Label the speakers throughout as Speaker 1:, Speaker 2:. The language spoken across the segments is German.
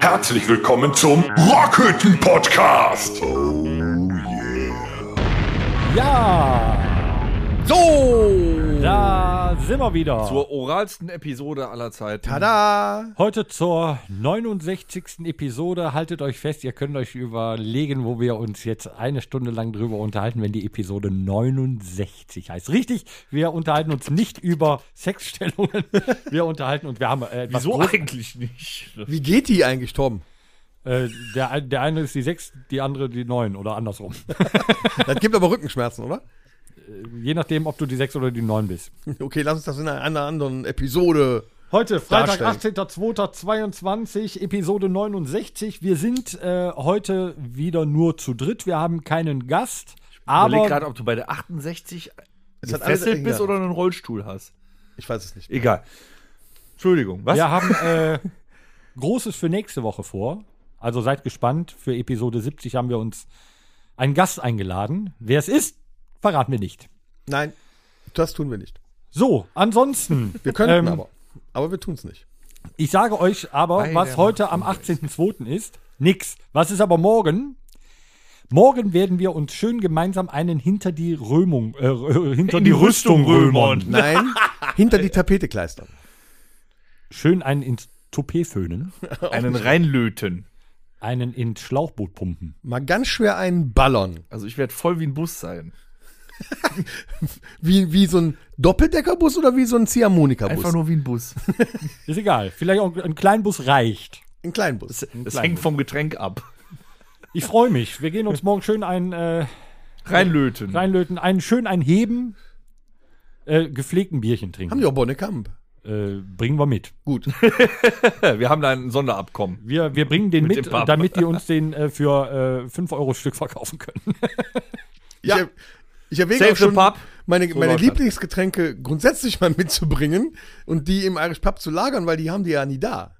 Speaker 1: Herzlich willkommen zum Rockhütten Podcast. Oh yeah.
Speaker 2: Ja,
Speaker 3: So!
Speaker 2: da sind wir wieder.
Speaker 3: Zur oralsten Episode aller Zeiten.
Speaker 4: Tada!
Speaker 2: Heute zur 69. Episode. Haltet euch fest, ihr könnt euch überlegen, wo wir uns jetzt eine Stunde lang drüber unterhalten, wenn die Episode 69 heißt. Richtig, wir unterhalten uns nicht über Sexstellungen. Wir unterhalten uns, wir haben äh, etwas
Speaker 3: Wieso
Speaker 2: Groß-
Speaker 3: eigentlich nicht?
Speaker 4: Wie geht die eigentlich, Tom?
Speaker 2: äh, der, ein- der eine ist die 6, die andere die 9 oder andersrum.
Speaker 4: Das gibt aber Rückenschmerzen, oder?
Speaker 2: Je nachdem, ob du die 6 oder die 9 bist.
Speaker 4: Okay, lass uns das in einer anderen Episode.
Speaker 2: Heute, Freitag,
Speaker 4: Darstellen.
Speaker 2: 18.02.22, Episode 69. Wir sind äh, heute wieder nur zu dritt. Wir haben keinen Gast,
Speaker 3: Überleg
Speaker 2: aber
Speaker 3: gerade, ob du bei der 68
Speaker 4: Es hat alles
Speaker 3: gefesselt bist
Speaker 4: egal.
Speaker 3: oder einen Rollstuhl hast.
Speaker 4: Ich weiß es nicht.
Speaker 3: Egal. Entschuldigung, was?
Speaker 2: wir haben äh, Großes für nächste Woche vor. Also seid gespannt. Für Episode 70 haben wir uns einen Gast eingeladen. Wer es ist, verraten wir nicht.
Speaker 4: Nein, das tun wir nicht.
Speaker 2: So, ansonsten.
Speaker 4: Wir könnten
Speaker 2: ähm,
Speaker 4: aber. Aber wir tun es nicht.
Speaker 2: Ich sage euch aber,
Speaker 3: Bei
Speaker 2: was
Speaker 3: der
Speaker 2: heute am 18.02. ist, nix. Was ist aber morgen? Morgen werden wir uns schön gemeinsam einen hinter die Römung, äh, rö- hinter die, Rüstung, römern.
Speaker 4: Nein, hinter die Tapete kleistern.
Speaker 2: Schön einen ins Toupet föhnen,
Speaker 3: einen reinlöten.
Speaker 2: einen ins Schlauchboot pumpen.
Speaker 4: Mal ganz schwer einen Ballon.
Speaker 3: Also ich werde voll wie ein Bus sein.
Speaker 4: Wie, wie so ein Doppeldeckerbus oder wie so ein
Speaker 3: Einfach
Speaker 4: Ziehharmonikabus?
Speaker 3: nur wie ein Bus.
Speaker 2: Ist egal. Vielleicht auch ein Kleinbus reicht.
Speaker 4: Ein Kleinbus.
Speaker 3: Das hängt vom Getränk ab.
Speaker 2: Ich freue mich. Wir gehen uns morgen schön einen äh,
Speaker 3: Reinlöten.
Speaker 2: reinlöten, einen schön einen heben, äh, gepflegten Bierchen
Speaker 4: Haben
Speaker 2: trinken.
Speaker 4: die auch Bonnekamp.
Speaker 2: Äh, bringen wir mit.
Speaker 4: Gut.
Speaker 3: Wir haben da ein Sonderabkommen.
Speaker 2: Wir, wir bringen den
Speaker 3: Mit
Speaker 2: mit,
Speaker 3: dem Pub.
Speaker 2: damit die uns den äh, für äh, 5 Euro Stück verkaufen können.
Speaker 4: Ja. Ich, er- ich erwäge
Speaker 3: Save
Speaker 4: auch schon
Speaker 3: the pub.
Speaker 4: meine, meine
Speaker 3: läuft das.
Speaker 4: Lieblingsgetränke grundsätzlich mal mitzubringen und die im Irish Pub zu lagern, weil die haben die ja nie da.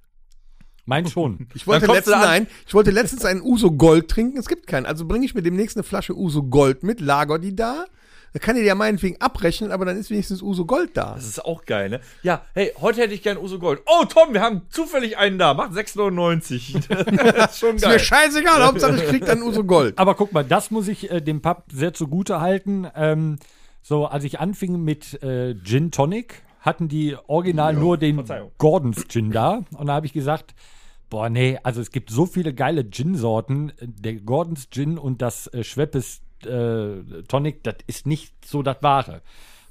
Speaker 2: Mein schon.
Speaker 4: Ich wollte,
Speaker 3: Dann kommst du
Speaker 4: letztens
Speaker 3: da an-
Speaker 4: ein, ich wollte letztens einen Uso Gold trinken, es gibt keinen. Also bringe ich mir demnächst eine Flasche Uso Gold mit, lager die da. Da kann ihr die ja meinetwegen abrechnen, aber dann ist wenigstens Uso Gold da.
Speaker 3: Das ist auch geil, ne? Ja, hey, heute hätte ich gern Uso Gold. Oh, Tom, wir haben zufällig einen da. Macht 6,99. das ist schon
Speaker 4: Ist mir scheißegal, Hauptsache ich krieg dann Uso Gold.
Speaker 2: Aber guck mal, das muss ich äh, dem Pub sehr zugute halten. Ähm, so, als ich anfing mit äh, Gin Tonic, hatten die original nur den
Speaker 3: Verzeihung.
Speaker 2: Gordons Gin da. Und da habe ich gesagt, boah, nee, also es gibt so viele geile Gin-Sorten. Der Gordons Gin und das äh, Schweppes äh, Tonic, das ist nicht so das Wahre.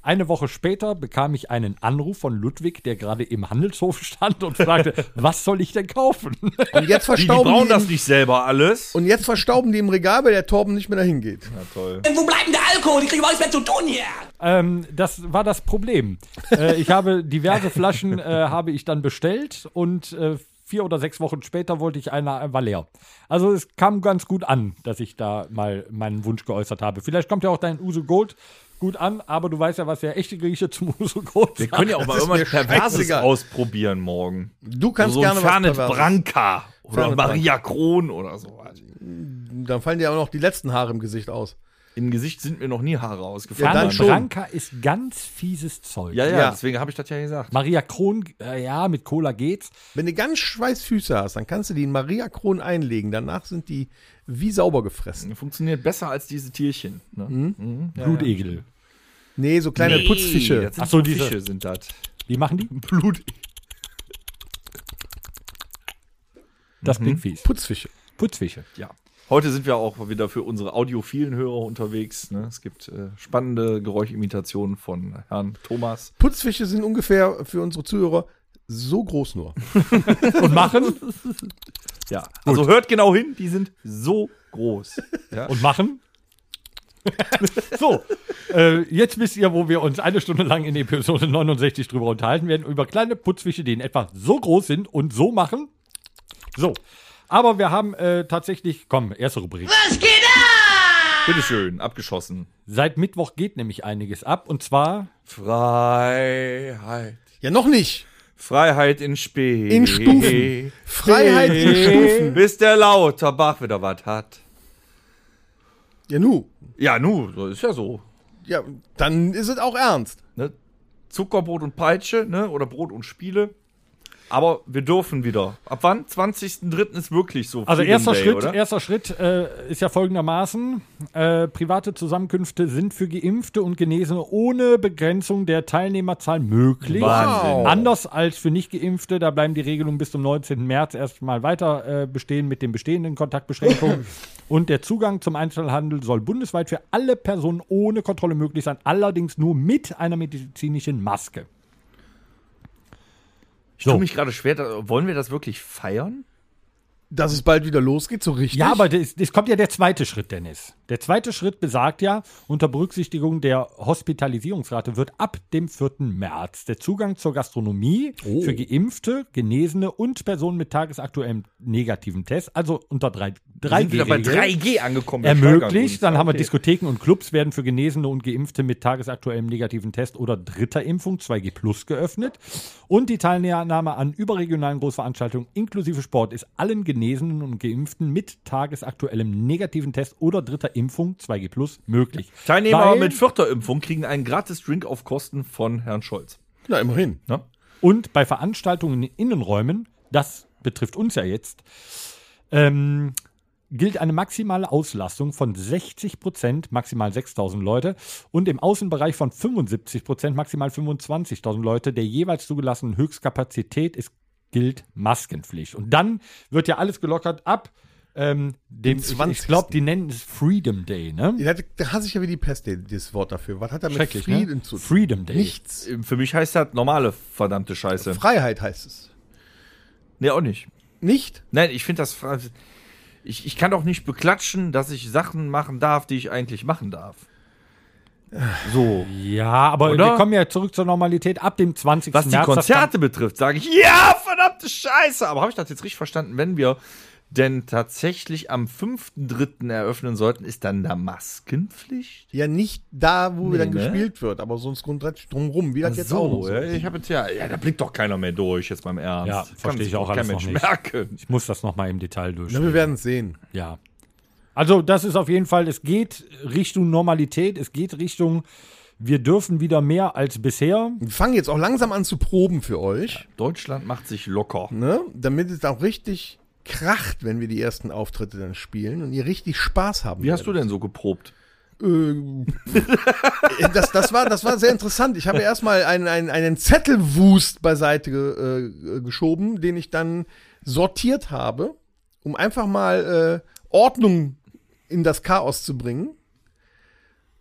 Speaker 2: Eine Woche später bekam ich einen Anruf von Ludwig, der gerade im Handelshof stand und fragte, was soll ich denn kaufen?
Speaker 4: Und jetzt
Speaker 3: Die, die
Speaker 4: verstauben die,
Speaker 3: brauchen das
Speaker 4: im,
Speaker 3: nicht selber alles.
Speaker 4: und jetzt verstauben die im Regal, weil der Torben nicht mehr dahin geht.
Speaker 3: Na toll.
Speaker 5: Wo bleibt denn der Alkohol? Die kriegen überhaupt nichts mehr zu tun hier.
Speaker 2: Ähm, das war das Problem. äh, ich habe diverse Flaschen äh, habe ich dann bestellt und äh, vier oder sechs Wochen später wollte ich einer war leer. Also es kam ganz gut an, dass ich da mal meinen Wunsch geäußert habe. Vielleicht kommt ja auch dein Uso Gold gut an, aber du weißt ja, was der echte Grieche zum Uso Gold
Speaker 3: Wir
Speaker 2: sagt.
Speaker 3: können ja auch mal
Speaker 4: ist
Speaker 3: irgendwas
Speaker 4: mir
Speaker 3: Perverses
Speaker 4: scheißegal.
Speaker 3: ausprobieren morgen.
Speaker 4: Du kannst
Speaker 3: so
Speaker 4: gerne
Speaker 3: ein Fernet
Speaker 4: Perverses.
Speaker 3: Branca oder
Speaker 4: Fernet
Speaker 3: Maria Kron oder sowas.
Speaker 4: Dann fallen dir auch noch die letzten Haare im Gesicht aus.
Speaker 3: Im Gesicht sind mir noch nie Haare
Speaker 4: Ja,
Speaker 3: ausgefallen.
Speaker 4: dann
Speaker 2: Fernet
Speaker 4: schon.
Speaker 2: Branca ist ganz fieses Zeug.
Speaker 3: Ja, ja,
Speaker 4: Ja.
Speaker 3: deswegen habe ich das ja gesagt.
Speaker 2: Maria Kron, äh, ja, mit Cola geht's.
Speaker 4: Wenn du ganz Schweißfüße hast, dann kannst du die in Maria Kron einlegen. Danach sind die wie sauber gefressen.
Speaker 3: Funktioniert besser als diese Tierchen. Ne?
Speaker 2: Blutegel.
Speaker 4: Nee, so kleine Putzfische.
Speaker 3: Das sind
Speaker 2: Ach so,
Speaker 3: so,
Speaker 2: diese-
Speaker 3: Fische sind das.
Speaker 2: Wie machen die?
Speaker 3: Blut.
Speaker 2: Das klingt fies.
Speaker 4: Putzfische.
Speaker 2: Putzfische.
Speaker 3: Ja. Heute sind wir auch wieder für unsere audiophilen Hörer unterwegs. Ne? Es gibt äh, spannende Geräuschimitationen von Herrn Thomas.
Speaker 4: Putzfische sind ungefähr für unsere Zuhörer so groß nur.
Speaker 2: Und machen?
Speaker 3: Ja. Also hört genau hin, die sind so groß. Ja.
Speaker 2: und machen. so, äh, jetzt wisst ihr, wo wir uns eine Stunde lang in Episode 69 drüber unterhalten werden, über kleine Putzfische, die in etwa so groß sind und so machen. So, aber wir haben äh, tatsächlich, komm, erste Rubrik.
Speaker 3: Bitteschön, abgeschossen.
Speaker 2: Seit Mittwoch geht nämlich einiges ab und zwar,
Speaker 3: Freiheit.
Speaker 4: Ja, noch nicht.
Speaker 3: Freiheit in Spee.
Speaker 4: In Stufen. Freiheit in Stufen.
Speaker 3: Bis der Lauterbach wieder was hat.
Speaker 4: Ja, nu.
Speaker 3: Ja, nu, das ist ja so.
Speaker 4: Ja, dann ist es auch ernst.
Speaker 3: Ne? Zuckerbrot und Peitsche, ne? Oder Brot und Spiele. Aber wir dürfen wieder. Ab wann? 20.03. ist wirklich so.
Speaker 2: Also
Speaker 3: Freedom
Speaker 2: erster
Speaker 3: Day,
Speaker 2: Schritt,
Speaker 3: oder?
Speaker 2: erster Schritt äh, ist ja folgendermaßen: äh, Private Zusammenkünfte sind für Geimpfte und Genesene ohne Begrenzung der Teilnehmerzahl möglich.
Speaker 3: Wahnsinn.
Speaker 2: Anders als für Nicht-Geimpfte, da bleiben die Regelungen bis zum 19. März erstmal weiter äh, bestehen mit den bestehenden Kontaktbeschränkungen. und der Zugang zum Einzelhandel soll bundesweit für alle Personen ohne Kontrolle möglich sein, allerdings nur mit einer medizinischen Maske.
Speaker 3: Ich tue mich gerade schwer. Da, wollen wir das wirklich feiern?
Speaker 4: Dass es bald wieder losgeht, so richtig.
Speaker 2: Ja, aber das, das kommt ja der zweite Schritt, Dennis. Der zweite Schritt besagt ja, unter Berücksichtigung der Hospitalisierungsrate wird ab dem 4. März der Zugang zur Gastronomie
Speaker 3: Oh.
Speaker 2: für Geimpfte, Genesene und Personen mit tagesaktuellem negativen Test, also unter 3, 3G,
Speaker 3: sind wieder bei
Speaker 2: Regeln,
Speaker 3: 3G angekommen. Wir steigern uns.
Speaker 2: ermöglicht. Dann haben wir
Speaker 3: Okay.
Speaker 2: Diskotheken und Clubs werden für Genesene und Geimpfte mit tagesaktuellem negativen Test oder dritter Impfung 2G Plus geöffnet. Und die Teilnahme an überregionalen Großveranstaltungen inklusive Sport ist allen Genesenen und Geimpften mit tagesaktuellem negativen Test oder dritter Impfung 2G Plus möglich.
Speaker 3: Teilnehmer
Speaker 2: Weil-
Speaker 3: mit vierter Impfung kriegen einen gratis Drink auf Kosten von Herrn Scholz.
Speaker 4: Na, immerhin.
Speaker 3: Ne?
Speaker 2: Und bei Veranstaltungen in Innenräumen, das betrifft uns ja jetzt, ähm, gilt eine maximale Auslastung von 60 Prozent, maximal 6.000 Leute, und im Außenbereich von 75 Prozent, maximal 25.000 Leute. Der jeweils zugelassenen Höchstkapazität ist, gilt Maskenpflicht. Und dann wird ja alles gelockert ab ähm, dem, ich, ich
Speaker 4: 20..
Speaker 2: glaube, die nennen es Freedom Day, ne?
Speaker 4: Ja, Da, da hasse ich ja wie die Pest den- das Wort dafür. Was hat da mit
Speaker 2: Schrecklich,
Speaker 4: Frieden
Speaker 2: ne?
Speaker 4: zu tun?
Speaker 2: Freedom Day.
Speaker 4: Nichts.
Speaker 3: Für mich heißt das normale verdammte Scheiße.
Speaker 4: Freiheit heißt es.
Speaker 3: Nee, auch nicht.
Speaker 4: Nicht?
Speaker 3: Nein, ich finde das. fra- Ich, ich kann doch nicht beklatschen, dass ich Sachen machen darf, die ich eigentlich machen darf. So.
Speaker 2: Ja, aber
Speaker 3: Oder?
Speaker 2: wir kommen ja zurück zur Normalität ab dem 20.
Speaker 3: Was die
Speaker 2: März, das dann-
Speaker 3: Konzerte betrifft, sage ich, ja, verdammte Scheiße. Aber habe ich das jetzt richtig verstanden? Wenn wir denn tatsächlich am 5.3. eröffnen sollten, ist dann da Maskenpflicht?
Speaker 4: Ja, nicht da, wo dann
Speaker 3: ne?
Speaker 4: gespielt wird, aber sonst grundsätzlich drumrum, wie das jetzt auch noch so.
Speaker 3: ey, ich habe jetzt ja, ja, da blickt doch keiner mehr durch, jetzt beim Ernst.
Speaker 2: Ja,
Speaker 3: Kann
Speaker 2: verstehe
Speaker 3: sich
Speaker 2: ich auch
Speaker 3: kein
Speaker 2: alles noch
Speaker 3: Mensch
Speaker 2: nicht.
Speaker 3: merken.
Speaker 2: Ich muss das nochmal im Detail durch.
Speaker 4: Na, wir werden es sehen.
Speaker 2: Ja. Also, das ist auf jeden Fall, es geht Richtung Normalität, es geht Richtung, wir dürfen wieder mehr als bisher.
Speaker 4: Wir fangen jetzt auch langsam an zu proben für euch,
Speaker 3: Deutschland macht sich locker.
Speaker 4: ne? damit es auch richtig kracht, wenn wir die ersten Auftritte dann spielen und ihr richtig Spaß haben
Speaker 3: Wie hast du denn so geprobt?
Speaker 4: Ähm, Äh, das, das, war, das war sehr interessant. Ich habe erstmal einen, einen, einen Zettelwust beiseite ge, äh, geschoben, den ich dann sortiert habe, um einfach mal äh, Ordnung in das Chaos zu bringen.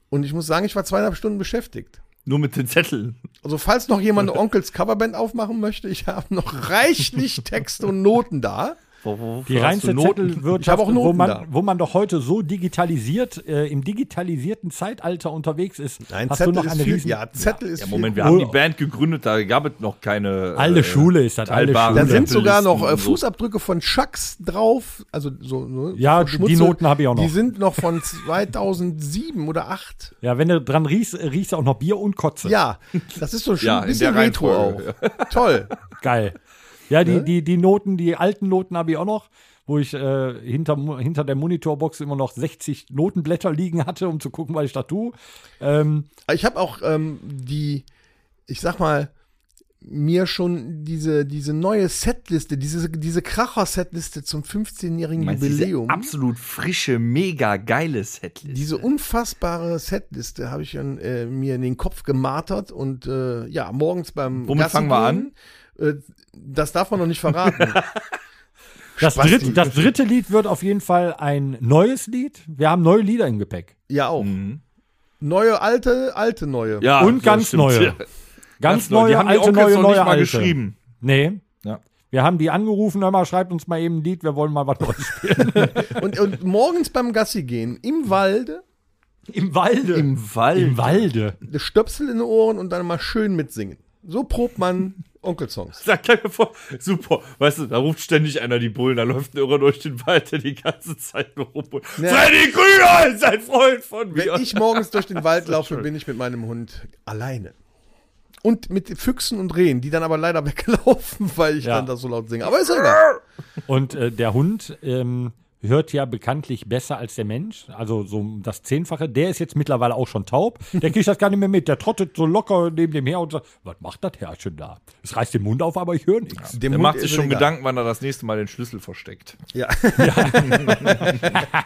Speaker 4: Und ich muss sagen, ich war zweieinhalb Stunden beschäftigt.
Speaker 3: Nur mit den Zetteln.
Speaker 4: Also falls noch jemand eine Onkels Coverband aufmachen möchte, ich habe noch reichlich Texte und Noten da.
Speaker 3: Wo- wo- wofür
Speaker 2: Die
Speaker 3: hast
Speaker 2: reinste
Speaker 3: du Noten?
Speaker 4: Ich habe
Speaker 2: Zettelwirtschaft,
Speaker 4: auch Noten
Speaker 2: wo,
Speaker 4: da.
Speaker 2: man, wo man doch heute so digitalisiert, äh, im digitalisierten Zeitalter unterwegs ist.
Speaker 4: Nein,
Speaker 2: hast
Speaker 4: Zettel
Speaker 2: du noch
Speaker 4: ist
Speaker 2: eine
Speaker 4: viel.
Speaker 2: riesen,
Speaker 4: Ja, Zettel ist
Speaker 3: Ja,
Speaker 4: viel.
Speaker 3: Moment, wir
Speaker 2: Oh.
Speaker 3: haben die Band gegründet, da gab es noch keine. äh,
Speaker 2: Alte Schule ist das, alte
Speaker 3: teilbaren
Speaker 4: Da
Speaker 2: Schule.
Speaker 4: sind sogar noch
Speaker 3: Listen
Speaker 4: äh,
Speaker 3: und so.
Speaker 4: Fußabdrücke von Chucks drauf, also so ne,
Speaker 2: Ja,
Speaker 4: von
Speaker 2: die Noten habe ich auch noch.
Speaker 4: Die sind noch von 2007 oder 8.
Speaker 2: ja, wenn du dran riechst, äh, riechst du auch noch Bier und Kotze.
Speaker 4: Ja, das ist so schön
Speaker 3: Ja,
Speaker 4: ein
Speaker 3: in
Speaker 4: bisschen
Speaker 3: der
Speaker 4: Retro auch.
Speaker 3: Reihenfolge,
Speaker 4: Toll.
Speaker 2: Geil. Ja,
Speaker 4: Ne?
Speaker 2: die, die, die Noten, die alten Noten habe ich auch noch, wo ich äh, hinter, hinter der Monitorbox immer noch 60 Notenblätter liegen hatte, um zu gucken, was ich da tue. Ähm,
Speaker 4: Ich habe auch ähm, die, ich sag mal, mir schon diese, diese neue Setliste, diese, diese Kracher-Setliste zum 15-jährigen
Speaker 3: Meinst du, diese
Speaker 4: Jubiläum.
Speaker 3: Absolut frische, mega geile Setlist.
Speaker 4: Diese unfassbare Setliste habe ich dann, äh, mir in den Kopf gemartert und äh, ja, morgens beim.
Speaker 3: Womit fangen wir an?
Speaker 4: an? Äh, das darf man noch nicht verraten.
Speaker 2: das,
Speaker 4: Spasti.
Speaker 2: dritte, das dritte Lied wird auf jeden Fall ein neues Lied. Wir haben neue Lieder im Gepäck.
Speaker 4: ja, auch. Neue, alte, alte, neue.
Speaker 3: Ja,
Speaker 2: Und
Speaker 3: das
Speaker 2: ganz
Speaker 3: stimmt.
Speaker 2: neue.
Speaker 3: Ja,
Speaker 2: Ganz neue,
Speaker 3: haben die
Speaker 2: alte,
Speaker 3: Onkels
Speaker 2: neue,
Speaker 3: noch
Speaker 2: neue,
Speaker 3: nicht mal
Speaker 2: alte.
Speaker 3: geschrieben.
Speaker 2: Nee.
Speaker 3: Ja.
Speaker 2: Wir haben die angerufen, hör mal, schreibt uns mal eben ein Lied, wir wollen mal was Neues spielen.
Speaker 4: Und, und morgens beim Gassi gehen, im Walde,
Speaker 2: Im Walde. Im,
Speaker 3: Im Wald.
Speaker 2: Walde.
Speaker 4: das Stöpsel in den Ohren und dann mal schön mitsingen. So probt man Onkelsongs.
Speaker 3: Da kann ich mir vor, super, weißt du, da ruft ständig einer die Bullen, da läuft ein Irrer durch den Wald, der die ganze Zeit nur rumbrüllt. Freddy Krüger ist ein Freund von mir.
Speaker 4: Wenn ich morgens durch den Wald laufe, bin ich mit meinem Hund alleine. Und mit Füchsen und Rehen, die dann aber leider weglaufen, weil ich
Speaker 2: Ja.
Speaker 4: dann da so laut singe. Aber ist ja egal.
Speaker 2: Und äh, der Hund ähm, hört ja bekanntlich besser als der Mensch, also so das Zehnfache. Der ist jetzt mittlerweile auch schon taub. Der kriegt das gar nicht mehr mit. Der trottet so locker neben dem her und sagt, was macht das Herrchen da? Es reißt den Mund auf, aber ich höre nichts.
Speaker 4: Dem
Speaker 3: Der
Speaker 4: Hund
Speaker 3: macht
Speaker 4: ist
Speaker 3: sich
Speaker 4: es
Speaker 3: schon
Speaker 4: egal.
Speaker 3: Gedanken, wann er das nächste Mal den Schlüssel versteckt.
Speaker 4: Ja.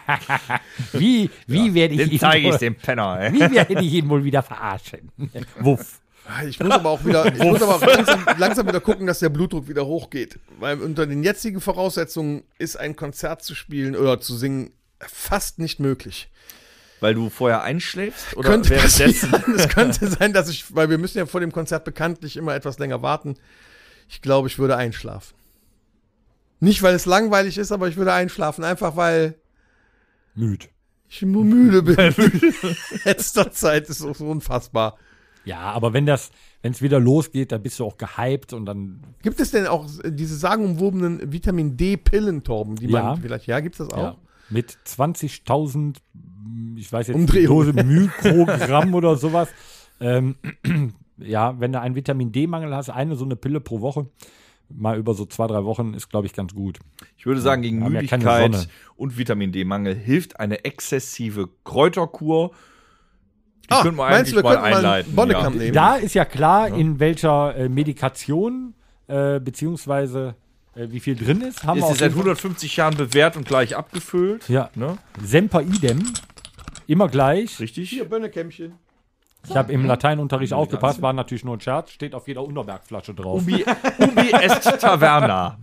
Speaker 2: Wie, wie werde ich
Speaker 3: Den zeige ich
Speaker 2: wohl-
Speaker 3: dem Penner, ey.
Speaker 2: Wie werde ich ihn wohl wieder verarschen? Wuff.
Speaker 4: Ich muss aber auch wieder, ich muss aber auch langsam, langsam wieder gucken, dass der Blutdruck wieder hochgeht. Weil unter den jetzigen Voraussetzungen ist ein Konzert zu spielen oder zu singen fast nicht möglich.
Speaker 3: Weil du vorher einschläfst oder
Speaker 4: Könnte
Speaker 3: währenddessen?
Speaker 4: passieren. Es könnte sein, dass ich, weil wir müssen ja vor dem Konzert bekanntlich immer etwas länger warten. Ich glaube, ich würde einschlafen. Nicht, weil es langweilig ist, aber ich würde einschlafen. Einfach, weil
Speaker 2: Müd.
Speaker 4: ich nur müde bin. Letzter Zeit ist so unfassbar.
Speaker 2: Ja, aber wenn das, wenn es wieder losgeht, dann bist du auch gehypt und dann
Speaker 4: Gibt es denn auch diese sagenumwobenen Vitamin D-Pillen, Torben, die
Speaker 2: Ja.
Speaker 4: man vielleicht, ja, gibt es das auch?
Speaker 2: ja, mit 20.000, mm, ich weiß jetzt Dose
Speaker 4: Umdrehungen.
Speaker 2: Mikrogramm oder sowas. Ähm, ja, wenn du einen Vitamin D-Mangel hast, eine so eine Pille pro Woche, mal über so zwei, drei Wochen, ist, glaube ich, ganz gut.
Speaker 3: Ich würde sagen, gegen
Speaker 2: Wir haben ja keine
Speaker 3: Müdigkeit
Speaker 2: Sonne.
Speaker 3: und Vitamin D-Mangel hilft eine exzessive Kräuterkur. Die
Speaker 4: Ah,
Speaker 3: könnten wir
Speaker 4: meinst du,
Speaker 3: eigentlich
Speaker 4: wir
Speaker 3: mal
Speaker 4: könnten mal einen
Speaker 3: einleiten.
Speaker 4: Bonnekamp
Speaker 3: ja.
Speaker 4: nehmen? Eben.
Speaker 2: Da ist Genau. ja klar, in welcher äh, Medikation äh, beziehungsweise äh, wie viel drin ist. Haben
Speaker 3: Es
Speaker 2: wir
Speaker 3: ist seit
Speaker 2: jeden Fall-
Speaker 3: 150 Jahren bewährt und gleich abgefüllt.
Speaker 2: Ja.
Speaker 3: Ne?
Speaker 2: Semper idem. Immer gleich.
Speaker 3: Richtig?
Speaker 4: Bönnekämmchen.
Speaker 2: Ich habe im Lateinunterricht aufgepasst, war natürlich nur ein Scherz, steht auf jeder Unterbergflasche drauf.
Speaker 3: Ubi, Ubi est taverna.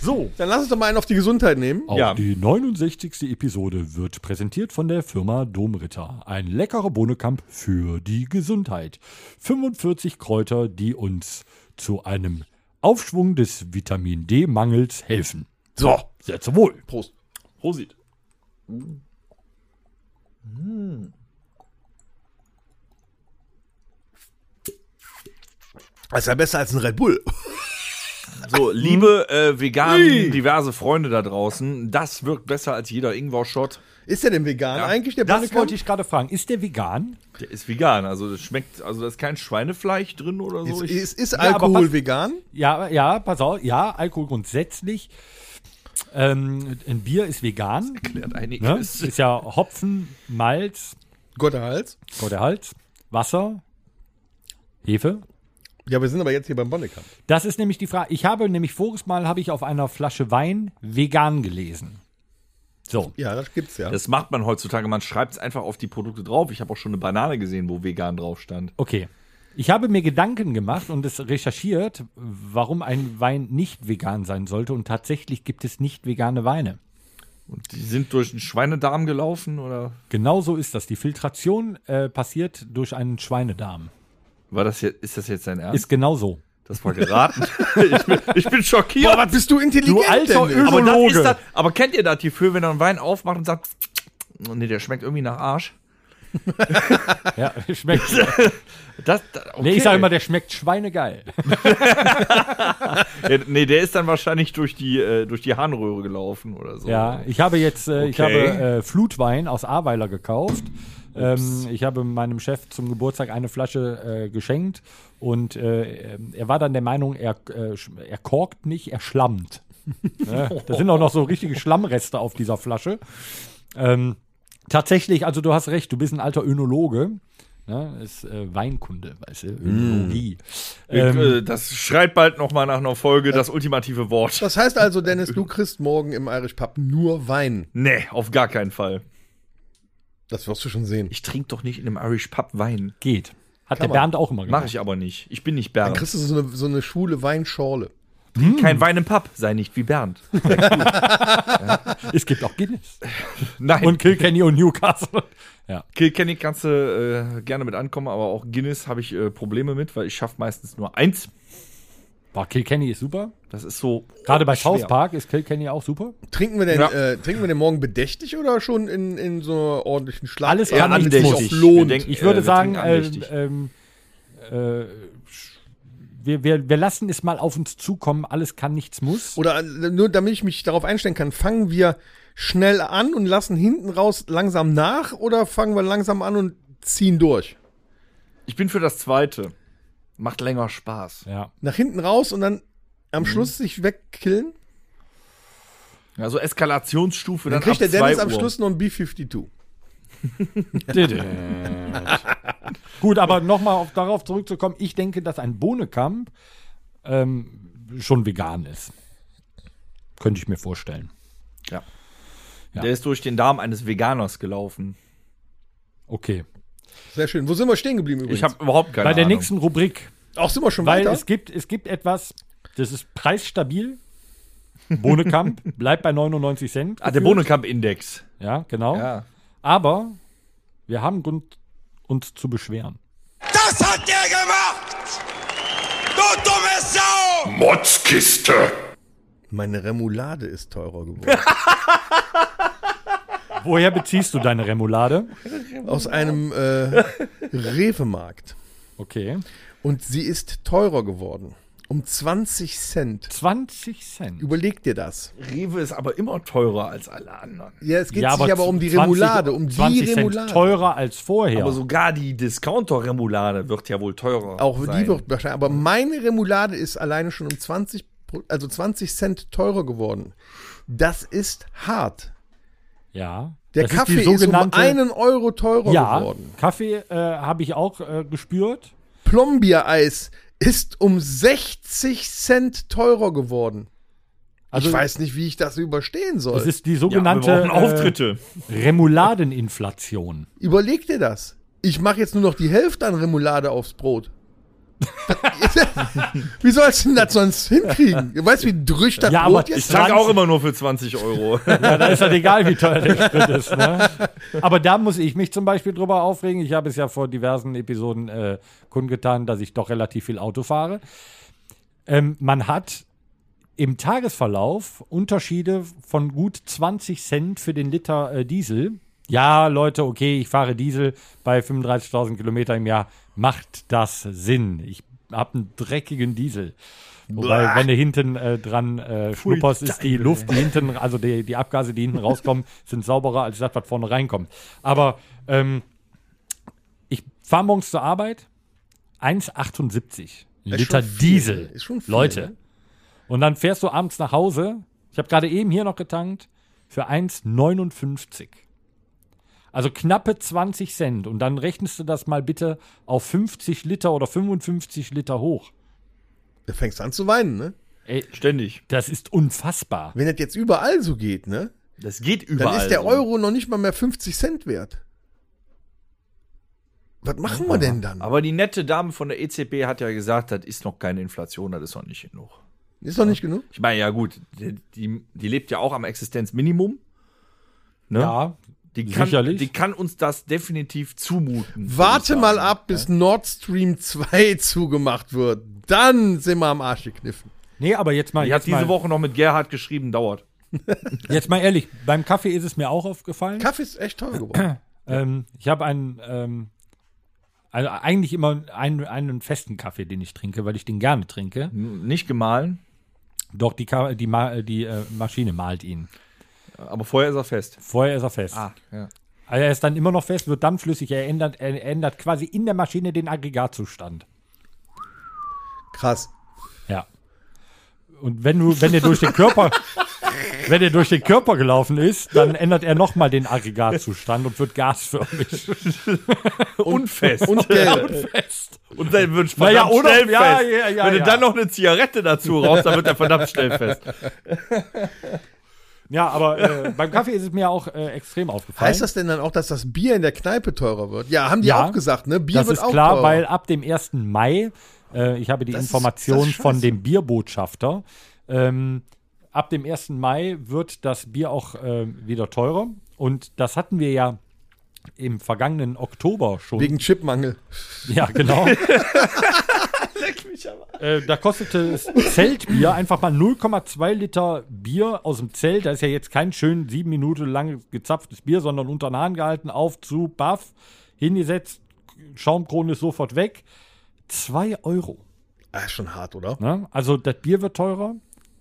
Speaker 2: So,
Speaker 4: Dann lass uns doch mal einen auf die Gesundheit nehmen.
Speaker 2: Auch
Speaker 3: Ja.
Speaker 2: die 69. Episode wird präsentiert von der Firma Domritter. Ein leckerer Bohnenkamp für die Gesundheit. 45 Kräuter, die uns zu einem Aufschwung des Vitamin D-Mangels helfen.
Speaker 4: So,
Speaker 2: Sehr zum Wohl.
Speaker 4: Prost.
Speaker 3: Prosit.
Speaker 4: Das ist ja besser als ein Red Bull.
Speaker 3: So, liebe äh, veganen, diverse Freunde da draußen, das wirkt besser als jeder Ingwer-Shot.
Speaker 4: Ist der denn vegan eigentlich, der
Speaker 2: Das
Speaker 4: Bonnekamp?
Speaker 2: wollte ich gerade fragen. Ist der vegan?
Speaker 3: Der ist vegan, also das schmeckt, also da ist kein Schweinefleisch drin oder so.
Speaker 4: Ist,
Speaker 3: Ich,
Speaker 4: ist, ist
Speaker 2: aber
Speaker 4: Alkohol
Speaker 2: pass-
Speaker 4: vegan?
Speaker 2: Ja, ja, pass auf. Ja, Alkohol grundsätzlich. Ähm, ein Bier ist vegan.
Speaker 3: erklärt
Speaker 2: Ne?
Speaker 3: einiges.
Speaker 2: Ist ja Hopfen, Malz,
Speaker 4: Gott Hals.
Speaker 2: Gott der Hals, Wasser, Hefe.
Speaker 4: Ja, wir sind aber jetzt hier beim Bonnekamp.
Speaker 2: Das ist nämlich die Frage. Ich habe nämlich voriges Mal habe ich auf einer Flasche Wein vegan gelesen. So.
Speaker 4: Ja, das gibt's ja.
Speaker 3: Das macht man heutzutage, man schreibt es einfach auf die Produkte drauf. Ich habe auch schon eine Banane gesehen, wo vegan drauf stand.
Speaker 2: Okay. Ich habe mir Gedanken gemacht und es recherchiert, warum ein Wein nicht vegan sein sollte. Und tatsächlich gibt es nicht vegane Weine.
Speaker 3: Und die sind durch den Schweinedarm gelaufen oder
Speaker 2: Genau so ist das. Die Filtration äh, passiert durch einen Schweinedarm.
Speaker 3: war das jetzt, ist das jetzt dein Ernst?
Speaker 2: Ist genau so.
Speaker 3: das war geraten. ich, bin, ich bin schockiert.
Speaker 4: Boah, was bist du intelligent?
Speaker 2: Du alter
Speaker 4: Dennis?
Speaker 2: Öl-
Speaker 3: aber, das
Speaker 2: Önologe.
Speaker 3: ist das, aber kennt ihr das Gefühl, wenn er einen Wein aufmacht und sagt, "Oh, nee, der schmeckt irgendwie nach Arsch?
Speaker 2: Ja, schmeckt.
Speaker 3: Das, das, okay.
Speaker 2: Nee, ich sage immer, der schmeckt schweinegeil.
Speaker 3: Ja, nee, der ist dann wahrscheinlich durch die, äh, durch die Harnröhre gelaufen oder so.
Speaker 2: Ja, ich habe jetzt, äh, ich habe
Speaker 3: Okay.
Speaker 2: äh, Flutwein aus Ahrweiler gekauft. Ähm, ich habe meinem Chef zum Geburtstag eine Flasche äh, geschenkt und äh, ähm, er war dann der Meinung, er, äh, sch- er korkt nicht, er schlammt. ne? Da sind auch noch so richtige Schlammreste auf dieser Flasche. Ähm, tatsächlich, also du hast recht, du bist ein alter Önologe. Ne? Ist äh, Weinkunde, weißt du, Önologie. Ähm,
Speaker 3: Ich, äh, das schreit bald nochmal nach einer Folge das ultimative Wort.
Speaker 4: Das heißt also, Dennis, du kriegst morgen im Irish Pub nur Wein.
Speaker 3: Nee, auf gar keinen Fall.
Speaker 4: Das wirst du schon sehen.
Speaker 3: Ich trinke doch nicht in einem Irish Pub Wein.
Speaker 2: Geht. Hat der
Speaker 4: man.
Speaker 2: Bernd auch immer
Speaker 3: Mache
Speaker 2: gemacht.
Speaker 3: ich aber nicht. Ich bin nicht
Speaker 4: Dann
Speaker 3: Bernd.
Speaker 4: kriegst du so eine, so eine schwule Weinschorle.
Speaker 3: Kein Wein im Pub, sei nicht wie Bernd.
Speaker 2: Es gibt auch Guinness.
Speaker 3: Nein,
Speaker 2: Und
Speaker 3: und
Speaker 2: Kilkenny und Newcastle. Ja.
Speaker 3: Kilkenny kannst du äh, gerne mit ankommen, aber auch Guinness habe ich äh, Probleme mit, weil ich schaffe meistens nur eins.
Speaker 2: Boah, Kilkenny ist super.
Speaker 3: Das ist so.
Speaker 2: Gerade bei
Speaker 3: schwer.
Speaker 2: South Park ist Kilkenny auch super.
Speaker 4: Trinken wir denn,
Speaker 3: Ja.
Speaker 4: äh, trinken wir denn morgen bedächtig oder schon in, in so einer ordentlichen Schlag?
Speaker 2: Alles
Speaker 4: Ja,
Speaker 2: kann
Speaker 4: damit
Speaker 2: nicht
Speaker 4: sich
Speaker 2: muss.
Speaker 4: auch
Speaker 3: Wir
Speaker 4: lohnt.
Speaker 3: denken,
Speaker 2: Ich würde
Speaker 3: äh, wir
Speaker 2: sagen,
Speaker 3: trinken
Speaker 2: ähm, ähm,
Speaker 3: andächtig.
Speaker 2: äh, sch- wir, wir, wir lassen es mal auf uns zukommen. Alles kann, nichts muss.
Speaker 4: Oder äh, nur damit ich mich darauf einstellen kann, fangen wir schnell an und lassen hinten raus langsam nach oder fangen wir langsam an und ziehen durch?
Speaker 3: ich bin für das zweite. Macht länger Spaß.
Speaker 2: Ja.
Speaker 3: Mhm.
Speaker 4: Nach hinten raus und dann am Schluss sich wegkillen?
Speaker 3: Also Eskalationsstufe
Speaker 4: Dann
Speaker 3: dann,
Speaker 4: kriegt
Speaker 3: ab
Speaker 4: der Dennis
Speaker 3: 2
Speaker 4: am
Speaker 3: Uhr.
Speaker 4: Schluss noch ein B-52.
Speaker 2: Gut, aber nochmal darauf zurückzukommen, ich denke, dass ein Bohnenkamp ähm, schon vegan ist. Könnte ich mir vorstellen. Ja.
Speaker 3: Der ist durch den Darm eines Veganers gelaufen.
Speaker 2: Okay.
Speaker 4: Sehr schön. Wo sind wir stehen geblieben übrigens?
Speaker 3: Ich habe überhaupt keine
Speaker 2: Bei der
Speaker 3: Ahnung.
Speaker 2: nächsten Rubrik,
Speaker 4: Auch sind wir schon
Speaker 2: weil
Speaker 4: weiter?
Speaker 2: es gibt, es gibt etwas, das ist preisstabil. Bohnenkamp bleibt bei 99 Cent.
Speaker 3: Ah, der Bohnenkamp-Index.
Speaker 2: Ja, genau. Aber wir haben Grund, uns zu beschweren.
Speaker 5: Das hat der gemacht! Du dumme Sau!
Speaker 1: Motzkiste.
Speaker 4: Meine Remoulade ist teurer geworden.
Speaker 2: Woher beziehst du deine Remoulade?
Speaker 4: Aus einem äh, Rewe-Markt.
Speaker 2: Okay.
Speaker 4: Und sie ist teurer geworden. Um 20 Cent.
Speaker 2: 20 Cent.
Speaker 4: Überleg dir das.
Speaker 3: Rewe ist aber immer teurer als alle anderen.
Speaker 4: Ja, es geht sich aber um die
Speaker 2: 20
Speaker 4: Remoulade, um die
Speaker 2: 20 Cent
Speaker 4: Remoulade.
Speaker 2: teurer als vorher.
Speaker 3: Aber sogar die Discounter-Remoulade wird ja wohl teurer.
Speaker 4: Auch
Speaker 3: sein.
Speaker 4: die wird wahrscheinlich, aber meine Remoulade ist alleine schon um 20, Pro- also 20 Cent teurer geworden. Das ist hart.
Speaker 2: ja.
Speaker 4: Der
Speaker 2: das
Speaker 4: Kaffee
Speaker 2: ist,
Speaker 4: ist,
Speaker 2: die
Speaker 4: um
Speaker 2: sogenannte,
Speaker 4: einen Euro teurer
Speaker 2: Ja,
Speaker 4: geworden.
Speaker 2: Kaffee äh, habe ich auch äh, gespürt.
Speaker 4: Plombeereis ist um 60 Cent teurer geworden.
Speaker 2: Also
Speaker 4: ich weiß nicht, wie ich das überstehen soll.
Speaker 2: es ist die
Speaker 3: ja,
Speaker 2: sogenannte
Speaker 3: genannte Auftritte.
Speaker 2: Äh, Remouladeninflation.
Speaker 4: Überleg dir das. Ich mache jetzt nur noch die Hälfte an Remoulade aufs Brot. wie sollst du denn das sonst hinkriegen? Du weißt, wie drüch das
Speaker 2: Ja, aber
Speaker 4: Brot
Speaker 3: ich
Speaker 4: jetzt
Speaker 3: tank
Speaker 4: ist?
Speaker 3: auch immer nur für 20 Euro.
Speaker 2: Ja, da ist halt egal, wie teuer der Sprit ist. Ne? Aber da muss ich mich zum Beispiel drüber aufregen. Ich habe es ja vor diversen Episoden äh, kundgetan, dass ich doch relativ viel Auto fahre. Ähm, man hat im Tagesverlauf Unterschiede von gut 20 Cent für den Liter äh, Diesel. Ja, Leute, okay, ich fahre Diesel bei 35.000 Kilometer im Jahr. Macht das Sinn? Ich habe einen dreckigen Diesel. Wobei, wenn du hinten äh, dran äh, schnupperst, ist die Luft, die hinten, also die, die Abgase, die hinten rauskommen, sind sauberer als das, was vorne reinkommt. Aber ähm, ich fahre morgens zur Arbeit, 1,78
Speaker 4: Ist
Speaker 2: Liter
Speaker 4: schon viel,
Speaker 2: Diesel.
Speaker 4: ne? Ist schon viel,
Speaker 2: Leute.
Speaker 4: ne?
Speaker 2: Und dann fährst du abends nach Hause. Ich habe gerade eben hier noch getankt für 1,59. Also knappe 20 Cent. Und dann rechnest du das mal bitte auf 50 Liter oder 55 Liter hoch.
Speaker 4: Da fängst du an zu weinen, ne?
Speaker 2: Ey,
Speaker 3: Ständig.
Speaker 2: das ist unfassbar.
Speaker 4: Wenn das jetzt überall so geht, ne?
Speaker 3: Das geht
Speaker 4: Dann
Speaker 3: überall.
Speaker 4: ist der
Speaker 3: so.
Speaker 4: Euro noch nicht mal mehr 50 Cent wert. Was machen wir denn dann?
Speaker 3: Aber die nette Dame von der EZB hat ja gesagt, das ist noch keine Inflation, das ist noch nicht genug.
Speaker 4: Ist doch nicht genug?
Speaker 3: Ich meine, ja gut, die, die, die lebt ja auch am Existenzminimum. Ne?
Speaker 2: Ja,
Speaker 3: die kann,
Speaker 2: sicherlich.
Speaker 3: Die kann uns das definitiv zumuten. würd ich
Speaker 4: Warte
Speaker 3: sagen.
Speaker 4: mal ab, bis Nord Stream 2 zugemacht wird. Dann sind wir am Arsch gekniffen.
Speaker 2: nee, aber jetzt mal,
Speaker 3: Die hat
Speaker 2: jetzt,
Speaker 3: diese
Speaker 2: mal
Speaker 3: Woche noch mit Gerhard geschrieben, dauert.
Speaker 2: jetzt mal ehrlich, beim Kaffee ist es mir auch aufgefallen.
Speaker 4: Kaffee ist echt teuer geworden.
Speaker 2: Ähm, ich habe einen, ähm, also eigentlich immer einen, einen festen Kaffee, den ich trinke, weil ich den gerne trinke.
Speaker 3: N- Nicht gemahlen,
Speaker 2: Doch die, Ka die, Ma die äh, Maschine malt ihn.
Speaker 3: aber vorher ist er fest.
Speaker 2: Vorher ist er fest.
Speaker 3: ja.
Speaker 2: Also er ist dann immer noch fest, wird dann flüssig. Er ändert, er ändert quasi in der Maschine den Aggregatzustand.
Speaker 4: Krass.
Speaker 2: Ja. Und wenn du, wenn er durch den Körper, wenn er durch den Körper gelaufen ist, dann ändert er nochmal den Aggregatzustand und wird gasförmig.
Speaker 3: Unfest.
Speaker 4: Und gelb.
Speaker 2: Fest.
Speaker 3: Und dann wird verdammt
Speaker 2: Naja, oder-
Speaker 3: schnell
Speaker 2: ja,
Speaker 3: fest.
Speaker 2: ja, ja,
Speaker 3: Wenn
Speaker 2: ja.
Speaker 3: du dann noch eine Zigarette dazu rauchst, dann wird er verdammt schnell fest.
Speaker 2: Ja, aber äh, beim Kaffee ist es mir auch äh, extrem aufgefallen.
Speaker 4: Heißt das denn dann auch, dass das Bier in der Kneipe teurer wird? Ja, haben die
Speaker 2: Ja.
Speaker 4: auch gesagt, ne? Bier
Speaker 2: das
Speaker 4: wird
Speaker 2: ist
Speaker 4: auch
Speaker 2: klar,
Speaker 4: teurer.
Speaker 2: weil ab dem 1. Mai, äh, ich habe die
Speaker 4: Das ist- das
Speaker 2: Information
Speaker 4: ist scheiße.
Speaker 2: von dem Bierbotschafter, ähm, ab dem 1. Mai wird das Bier auch äh, wieder teurer. Und das hatten wir ja im vergangenen Oktober schon.
Speaker 4: Wegen Chipmangel.
Speaker 2: ja, genau. Äh, da kostete das Zeltbier einfach mal 0,2 Liter Bier aus dem Zelt. Da ist ja jetzt kein schön sieben Minuten lang gezapftes Bier, sondern unter den Hahn gehalten, auf, zu, baff, hingesetzt, Schaumkrone ist sofort weg. 2 Euro.
Speaker 4: Ah, ist schon hart, oder?
Speaker 2: Ne? Also das Bier wird teurer,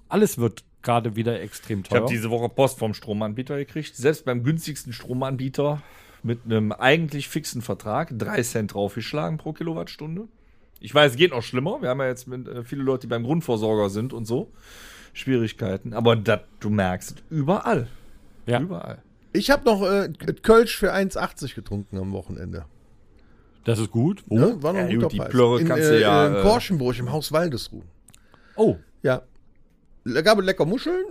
Speaker 2: alles wird gerade wieder extrem
Speaker 3: Ich habe
Speaker 2: teuer.
Speaker 3: diese Woche Post vom Stromanbieter gekriegt. Selbst beim günstigsten Stromanbieter mit einem eigentlich fixen Vertrag 3 Cent draufgeschlagen pro Kilowattstunde. Ich weiß, geht noch schlimmer. Wir haben ja jetzt mit, äh, viele Leute, die beim Grundversorger sind und so. Schwierigkeiten. Aber dat, du merkst, überall.
Speaker 2: Ja.
Speaker 3: Überall.
Speaker 4: Ich habe noch äh, Kölsch für 1,80 getrunken am Wochenende.
Speaker 2: Das ist gut. Wo?
Speaker 4: Ne? War noch
Speaker 3: Oh. Ja,
Speaker 4: ein
Speaker 3: gut,
Speaker 4: guter
Speaker 3: die
Speaker 4: Preis.
Speaker 3: Plörre
Speaker 4: in,
Speaker 3: kannst du ja,
Speaker 4: in
Speaker 3: äh,
Speaker 4: Korschenburg im Haus Waldesruh.
Speaker 2: Oh,
Speaker 4: Ja. Da gab es lecker Muscheln.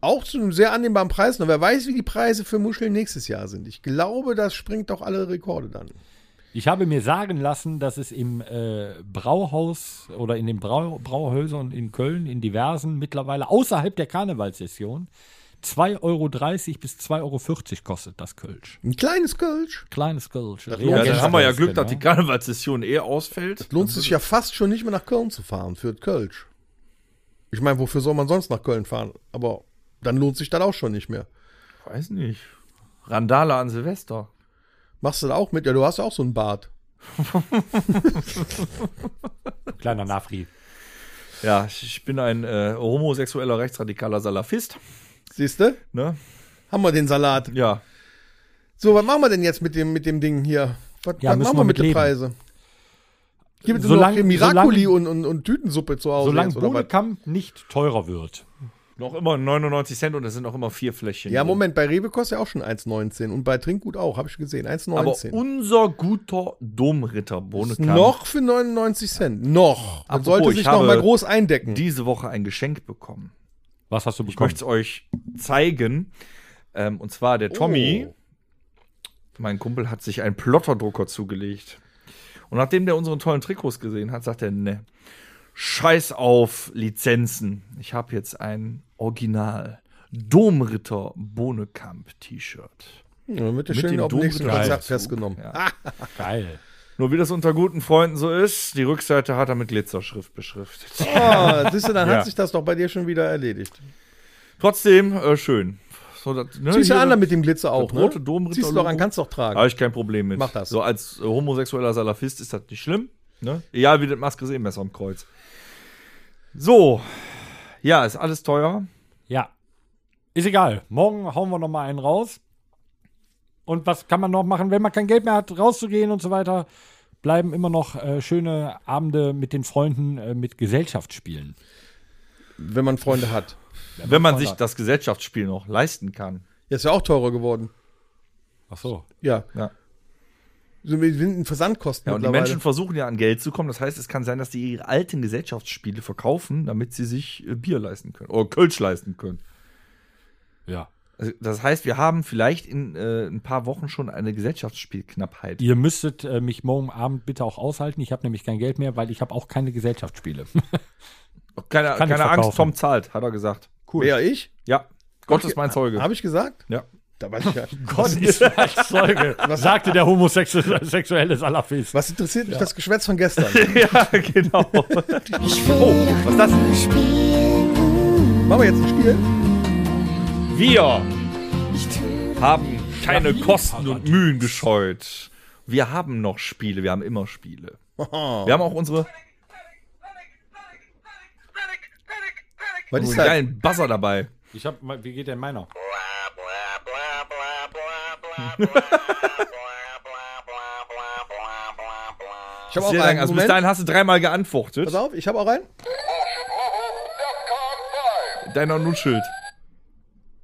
Speaker 4: Auch zu einem sehr annehmbaren Preis. Und wer weiß, wie die Preise für Muscheln nächstes Jahr sind. Ich glaube, das springt doch alle Rekorde dann.
Speaker 2: ich habe mir sagen lassen, dass es im äh, Brauhaus oder in den Brau Brauhäusern in Köln, in diversen, mittlerweile außerhalb der Karnevalssession, 2,30 Euro bis 2,40 Euro kostet das Kölsch.
Speaker 4: Ein kleines Kölsch.
Speaker 2: Kleines Kölsch.
Speaker 4: Das
Speaker 3: Ja,
Speaker 4: Ja,
Speaker 3: dann
Speaker 4: das
Speaker 3: haben wir ja
Speaker 2: Reagenzkölsch,
Speaker 3: Glück, dass die
Speaker 2: genau.
Speaker 3: Karnevalssession eh ausfällt.
Speaker 4: Lohnt sich ja fast schon nicht mehr nach Köln zu fahren für das Kölsch. Ich meine, wofür soll man sonst nach Köln fahren? Aber dann lohnt sich das auch schon nicht mehr.
Speaker 3: Weiß nicht. Randale an Silvester.
Speaker 4: Machst du da auch mit? Ja, du hast ja auch so einen Bart.
Speaker 2: Kleiner Nafri.
Speaker 3: Ja, ich ich bin ein äh, homosexueller rechtsradikaler Salafist.
Speaker 4: Siehst du?
Speaker 3: Ne?
Speaker 4: Haben wir den Salat.
Speaker 3: Ja.
Speaker 4: So, was machen wir denn jetzt mit dem, mit dem Ding hier? Was,
Speaker 2: Ja,
Speaker 4: was
Speaker 2: müssen
Speaker 4: machen
Speaker 2: wir
Speaker 4: wir mit
Speaker 2: mit
Speaker 4: den
Speaker 2: leben.
Speaker 4: Preisen? Gibt es nur
Speaker 2: Solange-
Speaker 4: noch Miracoli
Speaker 2: solange-
Speaker 4: und, und, und Tütensuppe zu Hause?
Speaker 2: Solange
Speaker 4: jetzt, oder was?
Speaker 2: Bohnekamp nicht teurer wird.
Speaker 3: Noch immer 99 Cent und es sind noch immer vier Fläschchen.
Speaker 4: ja,
Speaker 3: drin.
Speaker 4: Moment, bei Rewe kostet ja auch schon 1,19 und bei Trinkgut auch, habe ich gesehen,
Speaker 3: Aber
Speaker 4: 1,19.
Speaker 3: unser guter Domritter Bohnekamp
Speaker 4: Noch für 99 Cent. Noch. Man
Speaker 3: Apropos,
Speaker 4: sollte
Speaker 3: ich
Speaker 4: sich
Speaker 3: habe
Speaker 4: noch mal groß eindecken.
Speaker 3: diese Woche ein Geschenk bekommen.
Speaker 2: Was hast du
Speaker 3: Ich
Speaker 2: bekommen?
Speaker 3: möchte es euch zeigen. Ähm, und zwar der Tommy,
Speaker 4: Oh.
Speaker 3: mein Kumpel, hat sich einen Plotterdrucker zugelegt. Und nachdem der unseren tollen Trikots gesehen hat, sagt er, ne, scheiß auf Lizenzen. Ich habe jetzt ein Original Domritter Bohnekamp T-Shirt.
Speaker 4: Ja, dann wird der
Speaker 3: Mit
Speaker 4: schön
Speaker 3: dem
Speaker 4: auf dem nächsten
Speaker 3: Dunkelkreis.
Speaker 4: Konzert festgenommen.
Speaker 3: Ja.
Speaker 2: Geil.
Speaker 3: Nur wie das unter guten Freunden so ist, die Rückseite hat er mit Glitzerschrift beschriftet.
Speaker 4: Ah, siehst du, dann
Speaker 3: Ja.
Speaker 4: hat sich das doch bei dir schon wieder erledigt.
Speaker 3: Trotzdem äh, schön. So, das, ne,
Speaker 4: Ziehst du
Speaker 3: hier-
Speaker 4: an mit dem Glitzer auch, ne?
Speaker 3: rote Domritter-
Speaker 4: Ziehst du doch an, kannst doch tragen.
Speaker 3: Habe ich kein Problem mit.
Speaker 4: Mach das.
Speaker 3: So als äh, homosexueller Salafist ist das nicht schlimm. Ne? Egal wie das Maske ist, eh Messer am Kreuz. So. Ja, ist alles teuer.
Speaker 2: Ja. Ist egal. Morgen hauen wir nochmal einen raus. Und was kann man noch machen, wenn man kein Geld mehr hat, rauszugehen und so weiter? Bleiben immer noch äh, schöne Abende mit den Freunden, äh, mit Gesellschaftsspielen.
Speaker 4: Wenn man Freunde hat.
Speaker 3: wenn man sich das Gesellschaftsspiel noch leisten kann.
Speaker 4: Ja, ist ja auch teurer geworden.
Speaker 2: Ach so.
Speaker 4: Ja.
Speaker 3: Ja.
Speaker 4: So mit den Versandkosten
Speaker 3: Ja, und die
Speaker 4: mittlerweile.
Speaker 3: Menschen versuchen ja an Geld zu kommen. Das heißt, es kann sein, dass die ihre alten Gesellschaftsspiele verkaufen, damit sie sich äh, Bier leisten können. Oder Kölsch leisten können.
Speaker 2: Ja.
Speaker 3: Also, das heißt, wir haben vielleicht in äh, ein paar Wochen schon eine Gesellschaftsspielknappheit.
Speaker 2: Ihr müsstet äh, mich morgen Abend bitte auch aushalten. Ich habe nämlich kein Geld mehr, weil ich habe auch keine Gesellschaftsspiele.
Speaker 3: Keine,
Speaker 2: kann
Speaker 3: keine
Speaker 2: ich
Speaker 3: Angst,
Speaker 2: verkaufen.
Speaker 3: Tom zahlt, hat er gesagt. Cool.
Speaker 4: Wer, ich?
Speaker 3: Ja, Gott ist mein Zeuge.
Speaker 4: Habe ich gesagt? Oh
Speaker 3: Ja.
Speaker 4: Da weiß ich ja.
Speaker 2: Gott ist mein Zeuge, sagte der homosexuelle Salafist.
Speaker 4: Was interessiert mich das Geschwätz von gestern? Oh,
Speaker 3: ja, genau.
Speaker 6: Ich will
Speaker 3: Oh,
Speaker 6: doch
Speaker 3: was ist das?
Speaker 6: nur spielen.
Speaker 4: Machen wir jetzt ein Spiel?
Speaker 3: Wir
Speaker 6: Ich tue doch
Speaker 3: haben keine
Speaker 2: Ja,
Speaker 3: Kosten und
Speaker 2: Fahrrad.
Speaker 3: Mühen gescheut. Wir haben noch Spiele, wir haben immer Spiele. Wir haben auch unsere
Speaker 4: Was
Speaker 3: unsere
Speaker 4: ist halt das?
Speaker 3: geilen Buzzer dabei.
Speaker 2: Ich hab, mal- wie geht denn meiner?
Speaker 4: Ich habe auch
Speaker 3: Sehr lang.
Speaker 4: einen.
Speaker 3: Also bis
Speaker 4: Moment.
Speaker 3: dahin hast du dreimal geantwortet.
Speaker 4: Pass auf, ich habe auch einen.
Speaker 3: Deiner Nullschild.
Speaker 4: Äh,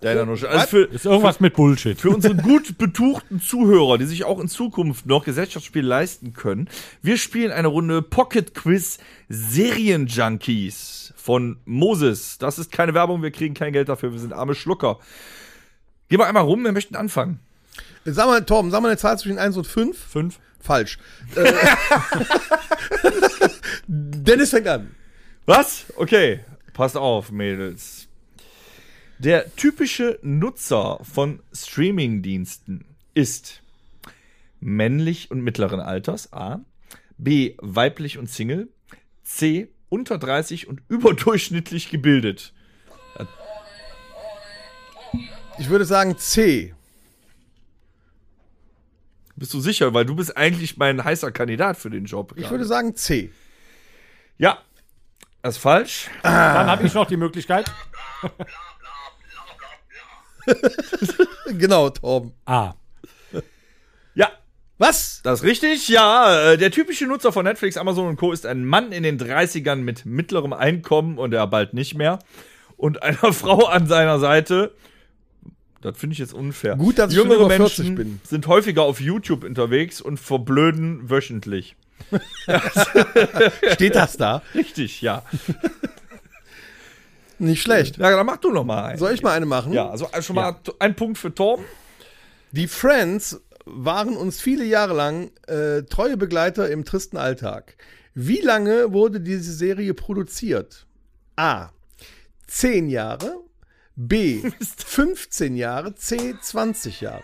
Speaker 3: Deiner Nullschild. Also für,
Speaker 2: Ist irgendwas mit Bullshit.
Speaker 3: für unsere gut betuchten Zuhörer, die sich auch in Zukunft noch Gesellschaftsspiele leisten können, wir spielen eine Runde Pocket Quiz Serienjunkies von Moses. Das ist keine Werbung, wir kriegen kein Geld dafür, wir sind arme Schlucker. Gehen wir einmal rum, wir möchten anfangen.
Speaker 4: Sag mal, Torben, sag mal eine Zahl zwischen 1 und 5.
Speaker 2: Fünf.
Speaker 4: Falsch. Äh, Dennis fängt an.
Speaker 3: Was? Okay, passt auf, Mädels. Der typische Nutzer von Streamingdiensten ist männlich und mittleren Alters, A. B. Weiblich und Single. C. Unter 30 und überdurchschnittlich gebildet.
Speaker 4: Ich würde sagen C.
Speaker 3: Bist du sicher? Weil du bist eigentlich mein heißer Kandidat für den Job.
Speaker 4: Ich
Speaker 3: gerade.
Speaker 4: würde sagen C.
Speaker 3: ja, das ist falsch.
Speaker 2: Dann habe ich noch die Möglichkeit.
Speaker 4: Genau, Torben.
Speaker 2: Ah. A.
Speaker 3: Ja,
Speaker 4: Was?
Speaker 3: das ist richtig. Ja, äh, der typische Nutzer von Netflix, Amazon und Co. ist ein Mann in den 30ern mit mittlerem Einkommen und er bald nicht mehr. Und einer Frau an seiner Seite. Das finde ich jetzt unfair.
Speaker 4: Gut, dass ich schon
Speaker 3: Jüngere
Speaker 4: über 40
Speaker 3: Menschen
Speaker 4: bin.
Speaker 3: sind häufiger auf YouTube unterwegs und verblöden wöchentlich.
Speaker 4: Steht das da?
Speaker 3: Richtig, ja.
Speaker 4: Nicht schlecht.
Speaker 3: Ja, dann mach du noch mal einen.
Speaker 4: Soll ich mal eine machen?
Speaker 3: Ja, also schon mal t- ein Punkt für Torben.
Speaker 4: Die Friends waren uns viele Jahre lang äh, treue Begleiter im tristen Alltag. Wie lange wurde diese Serie produziert? A. 10 Jahre. B. 15 Jahre. C. 20 Jahre.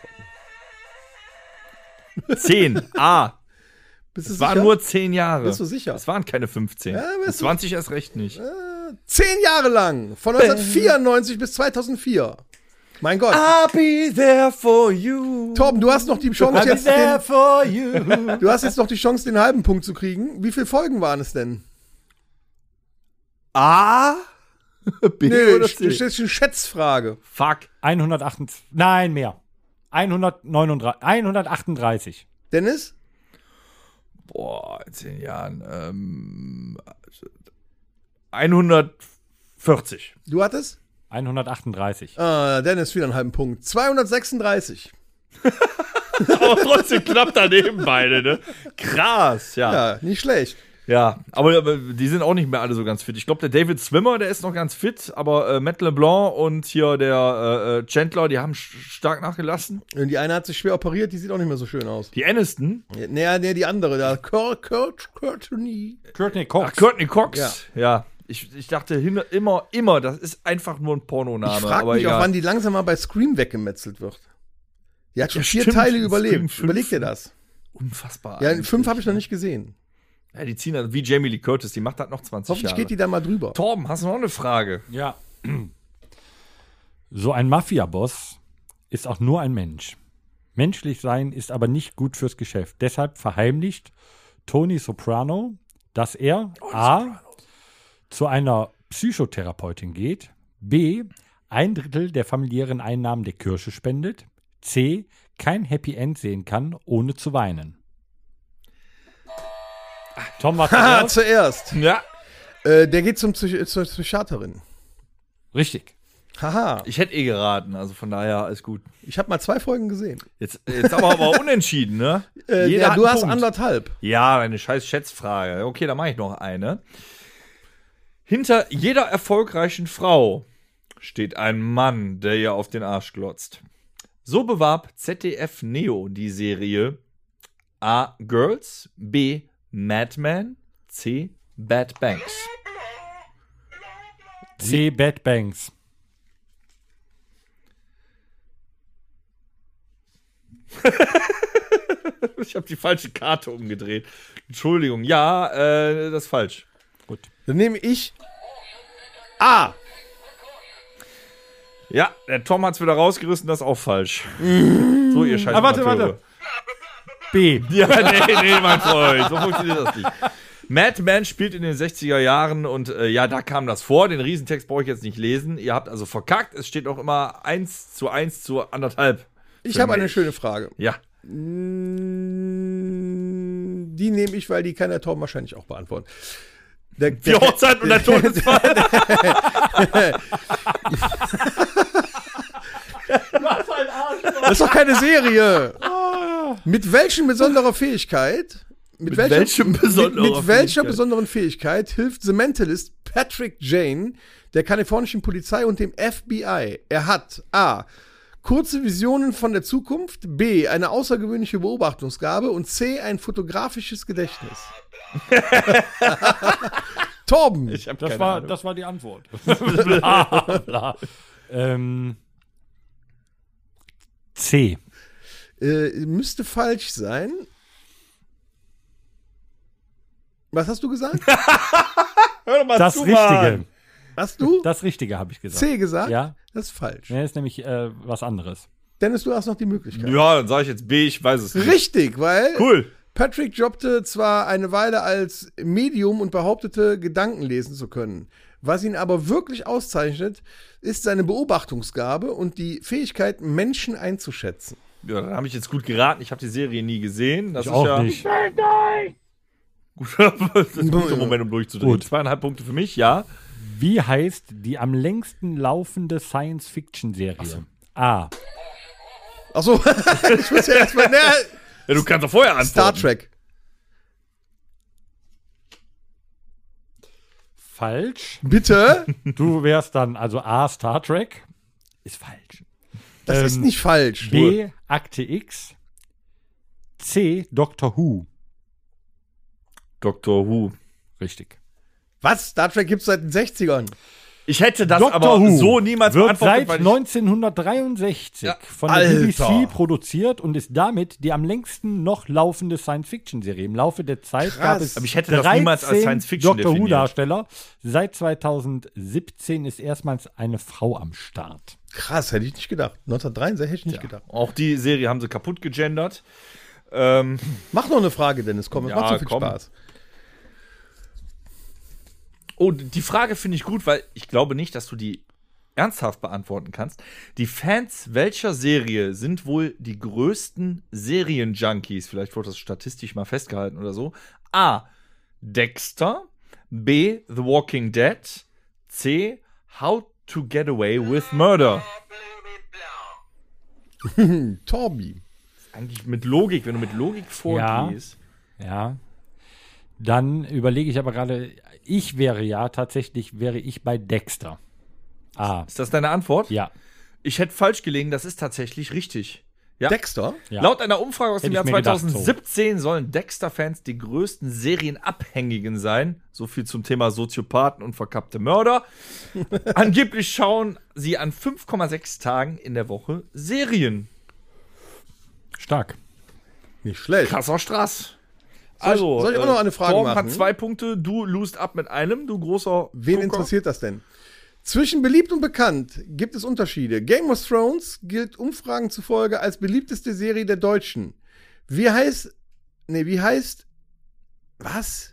Speaker 3: 10. A.
Speaker 4: Bist
Speaker 3: Ah, Es waren nur 10 Jahre.
Speaker 4: Bist du sicher?
Speaker 3: Es waren keine 15.
Speaker 4: bist
Speaker 3: Und
Speaker 4: du-
Speaker 3: 20 erst recht nicht.
Speaker 4: zehn Jahre lang. Von 1994 bis 2004. Mein Gott.
Speaker 3: I'll be there for you.
Speaker 4: Torben, du hast noch die Chance, jetzt den,
Speaker 2: for you.
Speaker 4: du hast jetzt noch die Chance, den halben Punkt zu kriegen. Wie viele Folgen waren es denn?
Speaker 3: A. B
Speaker 4: Nee,
Speaker 3: oder
Speaker 4: das
Speaker 3: C?
Speaker 4: ist eine Schätzfrage.
Speaker 3: Fuck.
Speaker 2: 128. Nein, mehr. 139, 138.
Speaker 4: Dennis?
Speaker 3: Boah, in 10 Jahren. Ähm, 140.
Speaker 4: Du hattest?
Speaker 2: 138.
Speaker 4: Ah, Dennis, wieder einen halben Punkt. 236.
Speaker 3: Aber trotzdem knapp daneben beide, ne? Krass, ja.
Speaker 4: Ja, nicht schlecht.
Speaker 3: Ja, aber aber die sind auch nicht mehr alle so ganz fit. Ich glaube, der David Swimmer, der ist noch ganz fit, aber äh, Matt LeBlanc und hier der äh, äh, Chandler, die haben sch- stark nachgelassen.
Speaker 4: Und die eine hat sich schwer operiert, die sieht auch nicht mehr so schön aus.
Speaker 3: Die Aniston,
Speaker 4: Nee, nee, die andere da. Kurt, Kurt, Courtney.
Speaker 2: Courtney Cox.
Speaker 3: ach, Courtney Cox. Ja, ich, ich dachte hin, immer, immer, das ist einfach nur ein Pornoname.
Speaker 4: Ich frag
Speaker 3: aber
Speaker 4: mich auch,
Speaker 3: egal.
Speaker 4: wann die langsam mal bei Scream weggemetzelt wird. Die hat schon
Speaker 3: Ja,
Speaker 4: vier
Speaker 3: stimmt.
Speaker 4: Teile
Speaker 3: Scream
Speaker 4: überlebt.
Speaker 3: fünf.
Speaker 4: Überleg dir das.
Speaker 3: Unfassbar.
Speaker 4: Ja,
Speaker 3: eigentlich.
Speaker 4: fünf habe ich noch nicht gesehen.
Speaker 3: ja, die ziehen dann wie Jamie Lee Curtis, die macht das noch 20
Speaker 4: Hoffentlich
Speaker 3: Jahre.
Speaker 4: geht die da mal drüber.
Speaker 3: Torben, hast du noch eine Frage?
Speaker 2: Ja. So ein Mafia-Boss ist auch nur ein Mensch. Menschlich sein ist aber nicht gut fürs Geschäft. Deshalb verheimlicht Tony Soprano, dass er A. zu einer Psychotherapeutin geht, B. ein Drittel der familiären Einnahmen der Kirche spendet, C. kein Happy End sehen kann, ohne zu weinen. Tom war
Speaker 4: Ah,
Speaker 2: zuerst.
Speaker 4: zuerst.
Speaker 3: Ja.
Speaker 4: Äh, der geht zum Psych zur Psychiaterin.
Speaker 2: Richtig.
Speaker 4: Haha,
Speaker 3: Ich hätte eh geraten, also von daher alles gut.
Speaker 4: ich habe mal zwei Folgen gesehen.
Speaker 3: Jetzt, jetzt haben wir aber unentschieden, ne?
Speaker 4: Äh,
Speaker 3: Jeder
Speaker 4: ja,
Speaker 3: hat
Speaker 4: du
Speaker 3: einen
Speaker 4: hast
Speaker 3: Punkt.
Speaker 4: anderthalb.
Speaker 3: Ja, eine scheiß Schätzfrage. Okay, dann mache ich noch eine. Hinter jeder erfolgreichen Frau steht ein Mann, der ihr auf den Arsch glotzt. So bewarb ZDF Neo die Serie A. Girls, B. Madman, C. Bad Banks.
Speaker 2: C. Bad Banks.
Speaker 3: Ich habe die falsche Karte umgedreht. Entschuldigung, ja, äh, das ist falsch.
Speaker 4: Dann nehme ich.
Speaker 3: Ja, der Tom hat's wieder rausgerissen, das ist auch falsch. so, ihr scheiß
Speaker 2: Ah, warte,
Speaker 3: Amateure.
Speaker 2: warte. B.
Speaker 3: Ja, nee, nee, mein Freund, so funktioniert das nicht. Madman spielt in den 60er Jahren und äh, ja, da kam das vor. Den Riesentext brauche ich jetzt nicht lesen. Ihr habt also verkackt. Es steht auch immer 1 zu 1 zu anderthalb.
Speaker 4: Ich habe eine schöne Frage.
Speaker 3: Ja.
Speaker 4: Mm, Die nehme ich, weil die kann der Tom wahrscheinlich auch beantworten. Der,
Speaker 3: Die
Speaker 4: der,
Speaker 3: Hochzeit und der Todesfall.
Speaker 4: das ist doch keine Serie.
Speaker 3: Ah,
Speaker 4: Mit welchen besonderer Fähigkeit? Mit,
Speaker 3: welchem besonderer
Speaker 4: mit, mit welcher
Speaker 3: Fähigkeit?
Speaker 4: besonderen Fähigkeit hilft The Mentalist Patrick Jane der kalifornischen Polizei und dem FBI? Er hat A. Kurze Visionen von der Zukunft, B. Eine außergewöhnliche Beobachtungsgabe und C. Ein fotografisches Gedächtnis. Torben,
Speaker 3: Ich hab
Speaker 2: Das
Speaker 3: keine
Speaker 2: war,
Speaker 3: Ahnung.
Speaker 2: das war die Antwort. bla, bla. Ähm, C.
Speaker 4: äh, müsste falsch sein. Was hast du gesagt?
Speaker 3: Hör doch mal
Speaker 2: Das
Speaker 3: zu,
Speaker 2: Richtige.
Speaker 3: Mann.
Speaker 4: Hast du
Speaker 2: Das Richtige habe ich gesagt.
Speaker 4: C gesagt?
Speaker 2: Ja.
Speaker 4: Das ist falsch.
Speaker 2: Nee, ist nämlich äh, was anderes.
Speaker 4: Dennis, du hast noch die Möglichkeit.
Speaker 3: Ja, dann sage ich jetzt B, ich weiß es nicht.
Speaker 4: Richtig, weil
Speaker 3: Cool.
Speaker 4: Patrick jobbte zwar eine Weile als Medium und behauptete, Gedanken lesen zu können. Was ihn aber wirklich auszeichnet, ist seine Beobachtungsgabe und die Fähigkeit, Menschen einzuschätzen.
Speaker 3: ja, dann habe ich jetzt gut geraten. Ich habe die Serie nie gesehen. Das
Speaker 2: Ich
Speaker 3: ist
Speaker 2: auch
Speaker 3: ja
Speaker 2: nicht.
Speaker 3: Guter, das ist ein guter Moment, um durchzudrehen.
Speaker 2: Gut.
Speaker 3: Zweieinhalb Punkte für mich, ja.
Speaker 2: Wie heißt die am längsten laufende Science-Fiction-Serie? A.
Speaker 4: Achso, ich muss ja erstmal. Ne,
Speaker 3: ja du kannst doch vorher antworten.
Speaker 4: Star Trek.
Speaker 2: Falsch.
Speaker 4: Bitte?
Speaker 2: Du wärst dann, also A. Star Trek. Ist falsch.
Speaker 4: Das ist
Speaker 2: Ähm,
Speaker 4: nicht falsch.
Speaker 2: B. Akte X. C. Doctor Who.
Speaker 3: Doctor Who.
Speaker 2: Richtig.
Speaker 4: Was? Star Trek gibt's seit den 60ern.
Speaker 3: Ich hätte das
Speaker 2: Doctor
Speaker 3: aber
Speaker 2: Who
Speaker 3: so niemals
Speaker 2: wird seit
Speaker 3: weil ich-
Speaker 2: 1963 von der
Speaker 4: Alter.
Speaker 2: BBC produziert und ist damit die am längsten noch laufende Science-Fiction-Serie. Im Laufe der Zeit
Speaker 4: Krass.
Speaker 2: gab es
Speaker 3: Aber ich hätte das niemals als
Speaker 2: 13
Speaker 3: Science-Fiction
Speaker 2: Doctor
Speaker 3: definiert.
Speaker 2: Who-Darsteller. Seit 2017 ist erstmals eine Frau am Start.
Speaker 4: Krass, hätte ich nicht gedacht. 1963 hätte ich nicht gedacht.
Speaker 3: Auch die Serie haben sie kaputt gegendert. Ähm,
Speaker 4: Mach noch eine Frage, Dennis. Komm, es
Speaker 3: Ja,
Speaker 4: macht so viel
Speaker 3: komm.
Speaker 4: Spaß.
Speaker 3: oh, die Frage finde ich gut, weil ich glaube nicht, dass du die ernsthaft beantworten kannst. Die Fans welcher Serie sind wohl die größten Serienjunkies? Vielleicht wurde das statistisch mal festgehalten oder so. A. Dexter. B. The Walking Dead. C. How to Get Away with Murder.
Speaker 4: Torbi.
Speaker 3: Eigentlich mit Logik, wenn du mit Logik vorgehst.
Speaker 2: Ja. Dann überlege ich aber gerade, ich wäre ja tatsächlich, wäre ich bei Dexter. A.
Speaker 3: Ist das deine Antwort?
Speaker 2: Ja.
Speaker 3: Ich hätte falsch gelegen, das ist tatsächlich richtig. Ja.
Speaker 4: Dexter?
Speaker 2: ja.
Speaker 3: Laut einer Umfrage aus dem Jahr
Speaker 2: Hätte ich mir gedacht,
Speaker 3: 2017 sollen Dexter-Fans die größten Serienabhängigen sein. So viel zum Thema Soziopathen und verkappte Mörder. Angeblich schauen sie an 5,6 Tagen in der Woche Serien.
Speaker 2: Stark.
Speaker 4: Nicht schlecht.
Speaker 3: Krasser Straß. Also,
Speaker 4: soll ich auch
Speaker 3: äh,
Speaker 4: noch eine Frage
Speaker 3: Torben
Speaker 4: machen?
Speaker 3: hat zwei Punkte, du loost ab mit einem, du großer.
Speaker 4: Wen
Speaker 3: Gucker.
Speaker 4: interessiert das denn? Zwischen beliebt und bekannt gibt es Unterschiede. Game of Thrones gilt Umfragen zufolge als beliebteste Serie der Deutschen. Wie heißt. Nee, wie heißt. Was?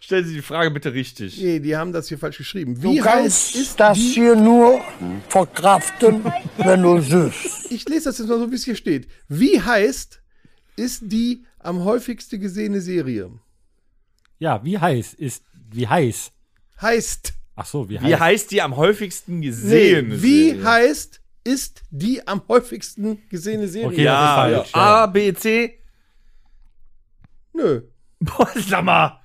Speaker 3: Stellen Sie die Frage bitte richtig.
Speaker 4: Nee, die haben das hier falsch geschrieben.
Speaker 7: Du
Speaker 4: Wie heißt.
Speaker 7: kannst
Speaker 4: Ist
Speaker 7: das
Speaker 4: die,
Speaker 7: hier nur verkraften, wenn du süß.
Speaker 4: ich lese das jetzt mal so, wie es hier steht. Wie heißt. Ist die am häufigste gesehene Serie?
Speaker 2: Ja, wie heiß ist, wie heiß?
Speaker 4: Heißt.
Speaker 2: Ach so, wie heiß?
Speaker 3: Wie heißt die am häufigsten gesehen?
Speaker 4: Nee, wie heißt. Ist die am häufigsten gesehene Serie?
Speaker 2: Okay,
Speaker 3: Ja,
Speaker 2: das ist falsch.
Speaker 3: A, B, C.
Speaker 4: Nö.
Speaker 3: Boah, sag mal.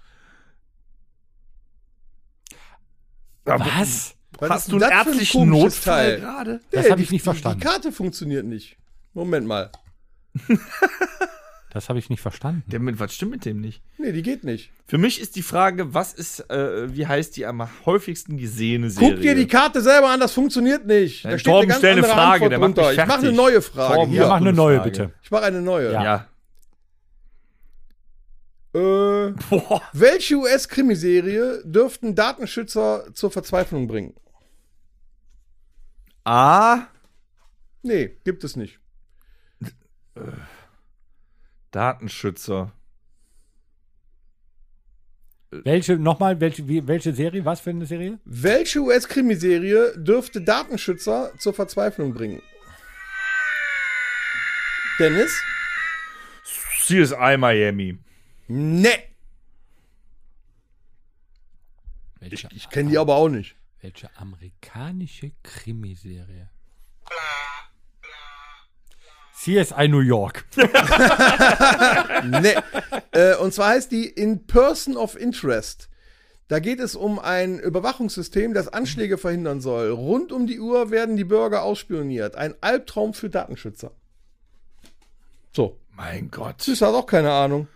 Speaker 2: Was?
Speaker 4: Was
Speaker 3: Hast
Speaker 4: ist
Speaker 3: du einen
Speaker 4: denn das für ein
Speaker 3: ärztlichen
Speaker 4: komisches
Speaker 3: Notfall
Speaker 4: Teil?
Speaker 3: gerade?
Speaker 2: Das
Speaker 4: Nee,
Speaker 2: habe
Speaker 4: die-
Speaker 2: ich nicht
Speaker 4: Die
Speaker 2: verstanden.
Speaker 4: Karte funktioniert nicht. Moment mal.
Speaker 2: Das habe ich nicht verstanden.
Speaker 3: Der mit, was stimmt mit dem nicht?
Speaker 4: Nee, die geht nicht.
Speaker 3: Für mich ist die Frage, was ist, äh, wie heißt die am häufigsten gesehene Serie?
Speaker 4: Guck dir die Karte selber an, das funktioniert nicht.
Speaker 3: Nein, Torben, stell eine Frage, der macht mich
Speaker 4: drunter. Ich mache eine
Speaker 3: fertig.
Speaker 4: neue Frage.
Speaker 3: Torben,
Speaker 2: Ja,
Speaker 4: hier.
Speaker 3: Ja,
Speaker 2: mach eine
Speaker 3: gute
Speaker 2: neue,
Speaker 3: Frage.
Speaker 2: bitte.
Speaker 4: Ich mache eine neue.
Speaker 2: Ja.
Speaker 3: Ja.
Speaker 4: Äh,
Speaker 3: Boah.
Speaker 4: welche US-Krimiserie dürften Datenschützer zur Verzweiflung bringen?
Speaker 3: A.
Speaker 4: Nee, gibt es nicht.
Speaker 3: Datenschützer.
Speaker 2: Welche, nochmal, welche, wie, welche Serie? Was für eine Serie?
Speaker 4: Welche US-Krimiserie dürfte Datenschützer zur Verzweiflung bringen? Dennis?
Speaker 3: CSI Miami.
Speaker 4: Nee.
Speaker 2: Welche,
Speaker 4: Ich kenne die aber auch nicht.
Speaker 2: welche amerikanische Krimiserie? CSI New York.
Speaker 4: Nee. äh, und zwar heißt die In Person of Interest. Da geht es um ein Überwachungssystem, das Anschläge verhindern soll. Rund um die Uhr werden die Bürger ausspioniert. Ein Albtraum für Datenschützer. So.
Speaker 3: Mein Gott.
Speaker 4: Süß hat auch keine Ahnung.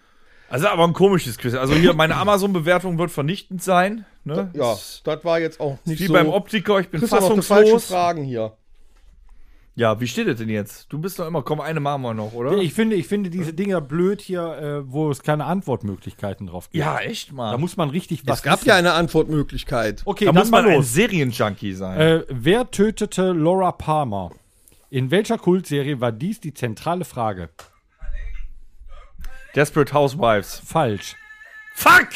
Speaker 3: Also aber ein komisches Quiz. Also hier, meine Amazon-Bewertung wird vernichtend sein. Ne?
Speaker 4: Ja,
Speaker 3: Ist
Speaker 4: das war jetzt auch nicht
Speaker 3: Wie
Speaker 4: so.
Speaker 3: beim Optiker, ich bin
Speaker 4: Christoph, noch die falschen
Speaker 3: fassungslos.
Speaker 4: Fragen hier.
Speaker 3: Ja, wie steht es denn jetzt? Du bist doch immer, komm, eine machen wir noch, oder?
Speaker 2: Ich finde, ich finde diese Dinger blöd hier, äh, wo es keine Antwortmöglichkeiten drauf gibt.
Speaker 3: ja, echt mal.
Speaker 2: Da muss man richtig was
Speaker 4: es gab
Speaker 2: wissen.
Speaker 4: ja eine Antwortmöglichkeit.
Speaker 2: Okay,
Speaker 3: da
Speaker 2: dann
Speaker 3: muss man
Speaker 2: mal
Speaker 3: ein
Speaker 2: los.
Speaker 3: Serienjunkie sein.
Speaker 2: Äh, wer tötete Laura Palmer? In welcher Kultserie war dies die zentrale Frage?
Speaker 3: Desperate Housewives.
Speaker 2: Falsch.
Speaker 3: Fuck!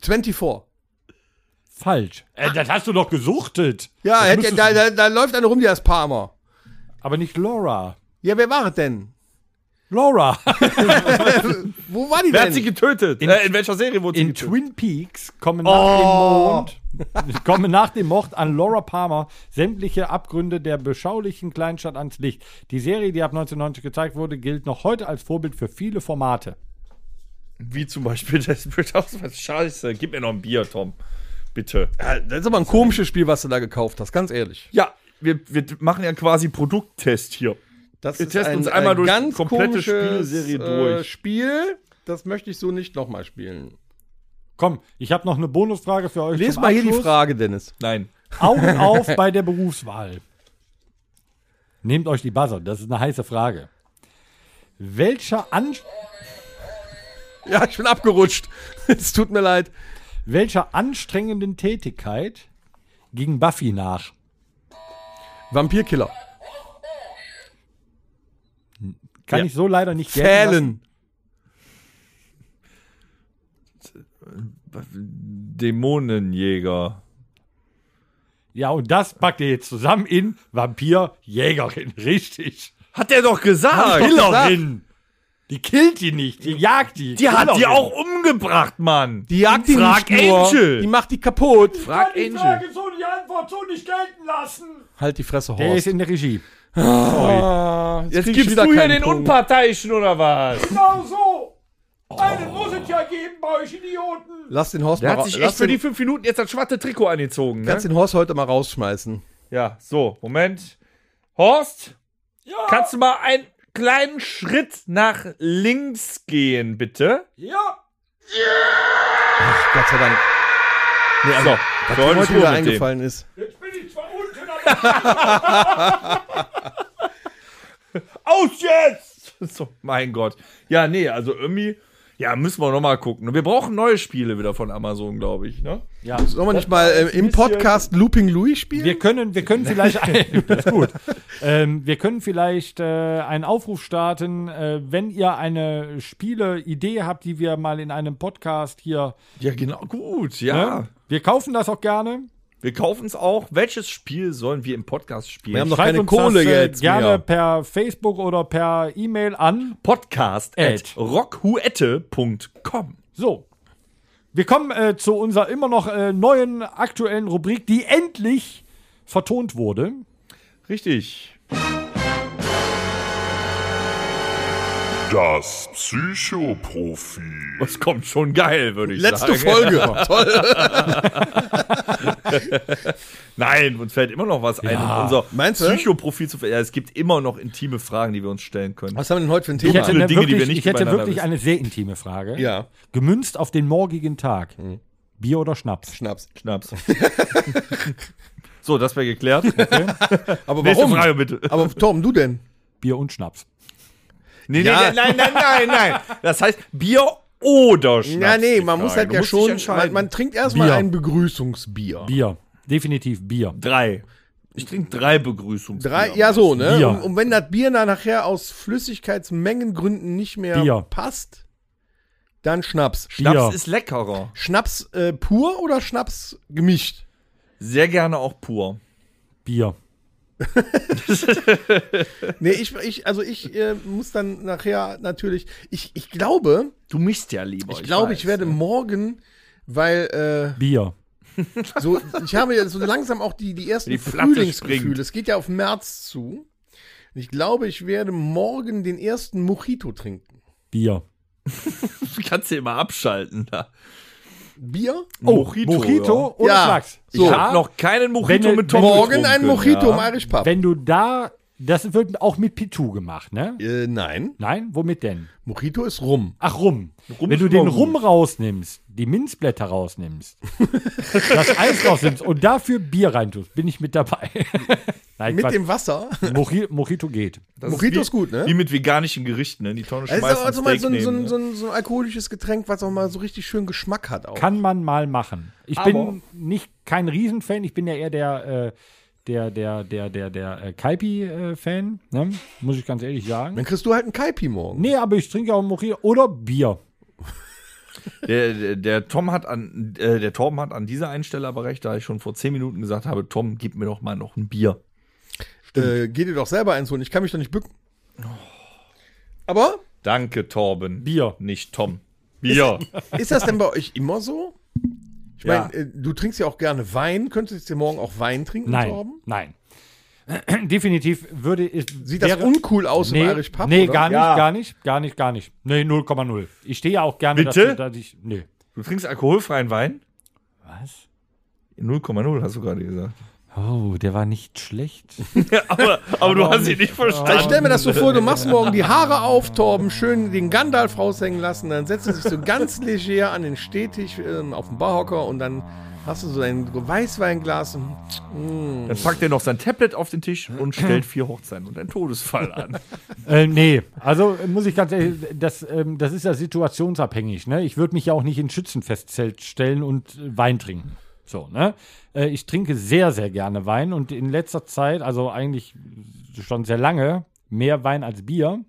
Speaker 4: 24.
Speaker 2: Falsch. Äh, das hast du doch gesuchtet.
Speaker 4: Ja,
Speaker 2: Das
Speaker 4: hätte, ja-
Speaker 2: müsstest
Speaker 4: da,
Speaker 2: du-
Speaker 4: da, da läuft einer rum, der ist Palmer.
Speaker 2: Aber nicht Laura.
Speaker 4: Ja, wer war es denn?
Speaker 2: Laura.
Speaker 4: Wo war die
Speaker 3: Wer
Speaker 4: denn?
Speaker 3: hat sie getötet? In, äh, in welcher Serie wurde
Speaker 2: In
Speaker 3: sie getötet?
Speaker 2: Twin Peaks kommen
Speaker 4: Oh.
Speaker 2: nach, dem Mord, kommen nach dem Mord an Laura Palmer sämtliche Abgründe der beschaulichen Kleinstadt ans Licht. Die Serie, die ab 1990 gezeigt wurde, gilt noch heute als Vorbild für viele Formate.
Speaker 3: Wie zum Beispiel Desperate Housewives. Scheiße, gib mir noch ein Bier, Tom. Bitte.
Speaker 4: Ja, das ist aber ein komisches Spiel, was du da gekauft hast, ganz ehrlich.
Speaker 3: Ja, wir, wir machen ja quasi Produkttest hier.
Speaker 4: Das
Speaker 3: Wir testen uns einmal durch die komplette
Speaker 4: komisches,
Speaker 3: Spielserie
Speaker 4: äh,
Speaker 3: durch.
Speaker 4: Spiel, das möchte ich so nicht nochmal spielen.
Speaker 2: Komm, ich habe noch eine Bonusfrage für euch.
Speaker 4: Lies
Speaker 2: zum
Speaker 4: mal hier die
Speaker 2: Abschluss.
Speaker 4: Frage, Dennis.
Speaker 3: Nein.
Speaker 2: Augen auf bei der Berufswahl. Nehmt euch die Buzzer, das ist eine heiße Frage. Welcher, An
Speaker 4: Ja, ich bin abgerutscht. es tut mir leid.
Speaker 2: welcher anstrengenden Tätigkeit ging Buffy nach?
Speaker 4: Vampirkiller.
Speaker 2: Kann
Speaker 3: Ja.
Speaker 2: ich so leider nicht gelten lassen.
Speaker 4: Fählen.
Speaker 3: Dämonenjäger.
Speaker 2: Ja, und das packt ihr jetzt zusammen in Vampirjägerin, richtig.
Speaker 3: Hat er doch gesagt.
Speaker 2: Killerin. Die killt die nicht, die jagt die. Genau
Speaker 3: Die hat die
Speaker 2: Killerin.
Speaker 3: auch umgebracht, Mann.
Speaker 4: Die jagt die
Speaker 3: Frag
Speaker 4: nicht nur.
Speaker 3: Angel. Oh,
Speaker 4: Die macht die kaputt.
Speaker 3: Frag Angel.
Speaker 2: so die Antwort so nicht gelten lassen.
Speaker 4: Halt die Fresse,
Speaker 2: Der ist
Speaker 4: Horst.
Speaker 2: in der Regie.
Speaker 4: Jetzt gibst du hier den Unpack.
Speaker 3: Unparteiischen oder was?
Speaker 2: Genau so. Einen muss es ja geben bei euch Idioten.
Speaker 4: Lass den Horst
Speaker 3: Der
Speaker 4: mal
Speaker 3: hat
Speaker 4: ra-
Speaker 3: sich echt
Speaker 4: lass
Speaker 3: für
Speaker 4: den-
Speaker 3: die fünf Minuten jetzt das schwarze Trikot angezogen. Ne?
Speaker 4: Kannst den Horst heute mal rausschmeißen.
Speaker 3: Ja, so, Moment. Horst, kannst du mal einen kleinen Schritt nach links gehen, bitte?
Speaker 2: Ja.
Speaker 4: Gott sei Dank.
Speaker 3: Nee, also, so, heute
Speaker 4: Wenn heute
Speaker 3: ist Ruhe
Speaker 4: wieder
Speaker 3: mit dem.
Speaker 4: eingefallen ist.
Speaker 2: Jetzt bin ich zwar unten, aber
Speaker 3: Aus jetzt! So, mein Gott. Ja, nee, also irgendwie, ja, müssen wir nochmal gucken. Wir brauchen neue Spiele wieder von Amazon, glaube ich, ne?
Speaker 4: Sollen wir nicht mal äh, im Podcast Looping Louis spielen?
Speaker 2: Wir können, wir können vielleicht, ein, das ist gut. Ähm, wir können vielleicht äh, einen Aufruf starten, äh, wenn ihr eine Spiele-Idee habt, die wir mal in einem Podcast hier.
Speaker 3: Ja, genau, gut,
Speaker 2: Ne? Wir kaufen das auch gerne.
Speaker 3: Wir kaufen es auch. Welches Spiel sollen wir im Podcast spielen?
Speaker 4: Wir haben doch
Speaker 2: Schreibt
Speaker 4: keine
Speaker 2: uns
Speaker 4: Kohle
Speaker 2: das, äh,
Speaker 4: jetzt
Speaker 2: Gerne
Speaker 4: mehr.
Speaker 2: per Facebook oder per E-Mail an.
Speaker 3: Podcast
Speaker 2: At.
Speaker 3: at rockhuette.com.
Speaker 2: So. Wir kommen äh, zu unserer immer noch äh, neuen aktuellen Rubrik, die endlich vertont wurde.
Speaker 3: Richtig.
Speaker 1: Das Psychoprofi.
Speaker 3: Das kommt schon geil, würde ich sagen.
Speaker 4: Letzte Folge. Toll.
Speaker 3: Nein, uns fällt immer noch was ein, um unser
Speaker 4: Meinst du?
Speaker 3: Psychoprofil zu ver Ja, es gibt immer noch intime Fragen, die wir uns stellen können.
Speaker 4: Was haben wir denn heute für ein
Speaker 2: Ich
Speaker 4: Thema?
Speaker 2: hätte,
Speaker 3: Viele
Speaker 2: ne,
Speaker 3: Dinge, die wir
Speaker 2: wirklich,
Speaker 3: nicht
Speaker 2: ich hätte
Speaker 3: übereinander
Speaker 2: wirklich
Speaker 3: wissen.
Speaker 2: eine sehr intime Frage.
Speaker 4: Ja,
Speaker 2: Gemünzt auf den morgigen Tag.
Speaker 3: Mhm.
Speaker 2: Bier oder Schnaps?
Speaker 4: Schnaps.
Speaker 3: Schnaps. so, das wäre geklärt.
Speaker 4: Aber
Speaker 3: Nächste
Speaker 4: warum?
Speaker 3: Frage bitte.
Speaker 4: Aber Tom, du denn?
Speaker 2: Bier und Schnaps.
Speaker 3: Nee,
Speaker 4: Ja.
Speaker 3: nee, nein, nein, nein, nein. Das heißt Bier oder Schnaps.
Speaker 4: Ja, nee,
Speaker 3: die
Speaker 4: man muss
Speaker 3: Frage.
Speaker 4: halt
Speaker 3: Du
Speaker 4: ja
Speaker 3: musst dich
Speaker 4: schon. Man,
Speaker 3: entscheiden.
Speaker 4: man trinkt erstmal
Speaker 2: Bier.
Speaker 4: ein Begrüßungsbier.
Speaker 2: Bier. Definitiv Bier.
Speaker 3: drei. Ich trinke drei Begrüßungs.
Speaker 4: Drei, ja, so, ne?
Speaker 2: Bier.
Speaker 4: Und, und wenn das Bier dann nachher aus Flüssigkeitsmengengründen nicht mehr
Speaker 2: Bier.
Speaker 4: passt, dann Schnaps.
Speaker 3: Schnaps
Speaker 2: Bier.
Speaker 3: ist leckerer.
Speaker 4: Schnaps äh, pur oder Schnaps gemischt?
Speaker 3: Sehr gerne auch pur.
Speaker 2: Bier.
Speaker 4: Nee, ich, ich also ich äh, muss dann nachher natürlich. Ich, ich glaube,
Speaker 3: Du mischst ja lieber.
Speaker 4: ich glaube, ich
Speaker 3: weiß. ne?
Speaker 4: werde morgen, weil
Speaker 2: Bier.
Speaker 4: äh, so, ich habe ja so langsam auch die, die ersten
Speaker 3: Die Flatte springt.
Speaker 4: Frühlingsgefühle. Es geht ja auf März zu. Ich glaube, ich werde morgen den ersten Mojito trinken.
Speaker 2: Bier.
Speaker 3: Du kannst ja immer abschalten. Da.
Speaker 4: Bier?
Speaker 3: Oh, Mojito,
Speaker 2: Mojito oder
Speaker 4: Oh, Ja.
Speaker 2: Schnaps.
Speaker 4: So.
Speaker 3: Ich habe noch keinen Mojito
Speaker 2: Wenn-
Speaker 3: mit
Speaker 2: wenn-
Speaker 3: Tom
Speaker 4: Morgen
Speaker 3: getrunken,
Speaker 4: ein Mojito
Speaker 3: ja.
Speaker 4: im Irish Pub.
Speaker 2: Wenn du da, das wird auch mit Pitu gemacht, ne?
Speaker 4: äh, nein,
Speaker 2: Nein, womit denn?
Speaker 4: Mojito ist rum.
Speaker 2: Ach, Rum.
Speaker 3: Rum
Speaker 2: Wenn du
Speaker 3: ist immer
Speaker 2: den Rum
Speaker 3: gut.
Speaker 2: rausnimmst, die Minzblätter rausnimmst, das Eis rausnimmst und dafür Bier reintust, bin ich mit dabei. Nein,
Speaker 4: Mit
Speaker 2: Quatsch.
Speaker 4: dem Wasser.
Speaker 2: Moji Mojito geht.
Speaker 3: Das
Speaker 4: Mojito
Speaker 3: wie-
Speaker 4: ist gut, ne?
Speaker 3: Wie mit veganischen Gerichten, ne? Die Tonne
Speaker 4: Es ist
Speaker 3: schmeißen.
Speaker 4: aber
Speaker 3: Also
Speaker 4: also mal so ein, so, ein, so, ein, so ein alkoholisches Getränk, was auch mal so richtig schön Geschmack hat. Auch.
Speaker 2: Kann man mal machen. Ich bin nicht kein Riesenfan, ich bin ja eher der, äh, der, der, der, der, der äh, Kaipi-Fan, ne? muss ich ganz ehrlich sagen.
Speaker 4: Dann kriegst du halt einen Kaipi morgen.
Speaker 2: Nee, aber ich trinke auch Mojito oder Bier.
Speaker 3: Der, der, der Tom hat an, äh, der Torben hat an dieser einen Stelle aber recht, da ich schon vor zehn Minuten gesagt habe, Tom, gib mir doch mal noch ein Bier.
Speaker 4: Äh, geh dir doch selber eins holen. Ich kann mich doch nicht bücken. Aber
Speaker 3: Danke, Torben.
Speaker 2: Bier.
Speaker 3: Nicht Tom. Bier.
Speaker 4: ist das denn bei euch immer so? Ich
Speaker 3: Ja.
Speaker 4: meine, äh, du trinkst ja auch gerne Wein. Könntest du morgen auch Wein trinken,
Speaker 2: Nein,
Speaker 4: Torben?
Speaker 2: nein. Definitiv würde ist,
Speaker 4: Sieht das uncool aus
Speaker 2: nee,
Speaker 4: im Irish Pub?
Speaker 2: Nee,
Speaker 4: oder?
Speaker 2: gar nicht,
Speaker 3: Ja.
Speaker 2: gar nicht, gar nicht, gar nicht. Nee, 0,0. Ich stehe ja auch gerne,
Speaker 3: Bitte?
Speaker 2: Dass, dass ich. Nee.
Speaker 3: Du trinkst alkoholfreien Wein?
Speaker 2: Was?
Speaker 3: 0,0 hast du gerade gesagt.
Speaker 2: Oh, der war nicht schlecht.
Speaker 3: aber, aber du hast ihn nicht
Speaker 4: Ich
Speaker 3: verstanden.
Speaker 4: stell mir das so vor, du machst morgen die Haare auf, Torben, schön den Gandalf raushängen lassen, dann setzt du dich so ganz leger an den Stehtisch ähm, auf den Barhocker und dann hast du so ein Weißweinglas. Und,
Speaker 3: Dann packt er noch sein Tablet auf den Tisch und stellt vier Hochzeiten und einen Todesfall an.
Speaker 2: äh, nee, also äh, muss ich ganz ehrlich, das, ähm, das ist ja situationsabhängig. Ne? Ich würde mich ja auch nicht in Schützenfestzelt stellen und äh, Wein trinken. So, ne? Äh, ich trinke sehr, sehr gerne Wein und in letzter Zeit, also eigentlich schon sehr lange, mehr Wein als Bier.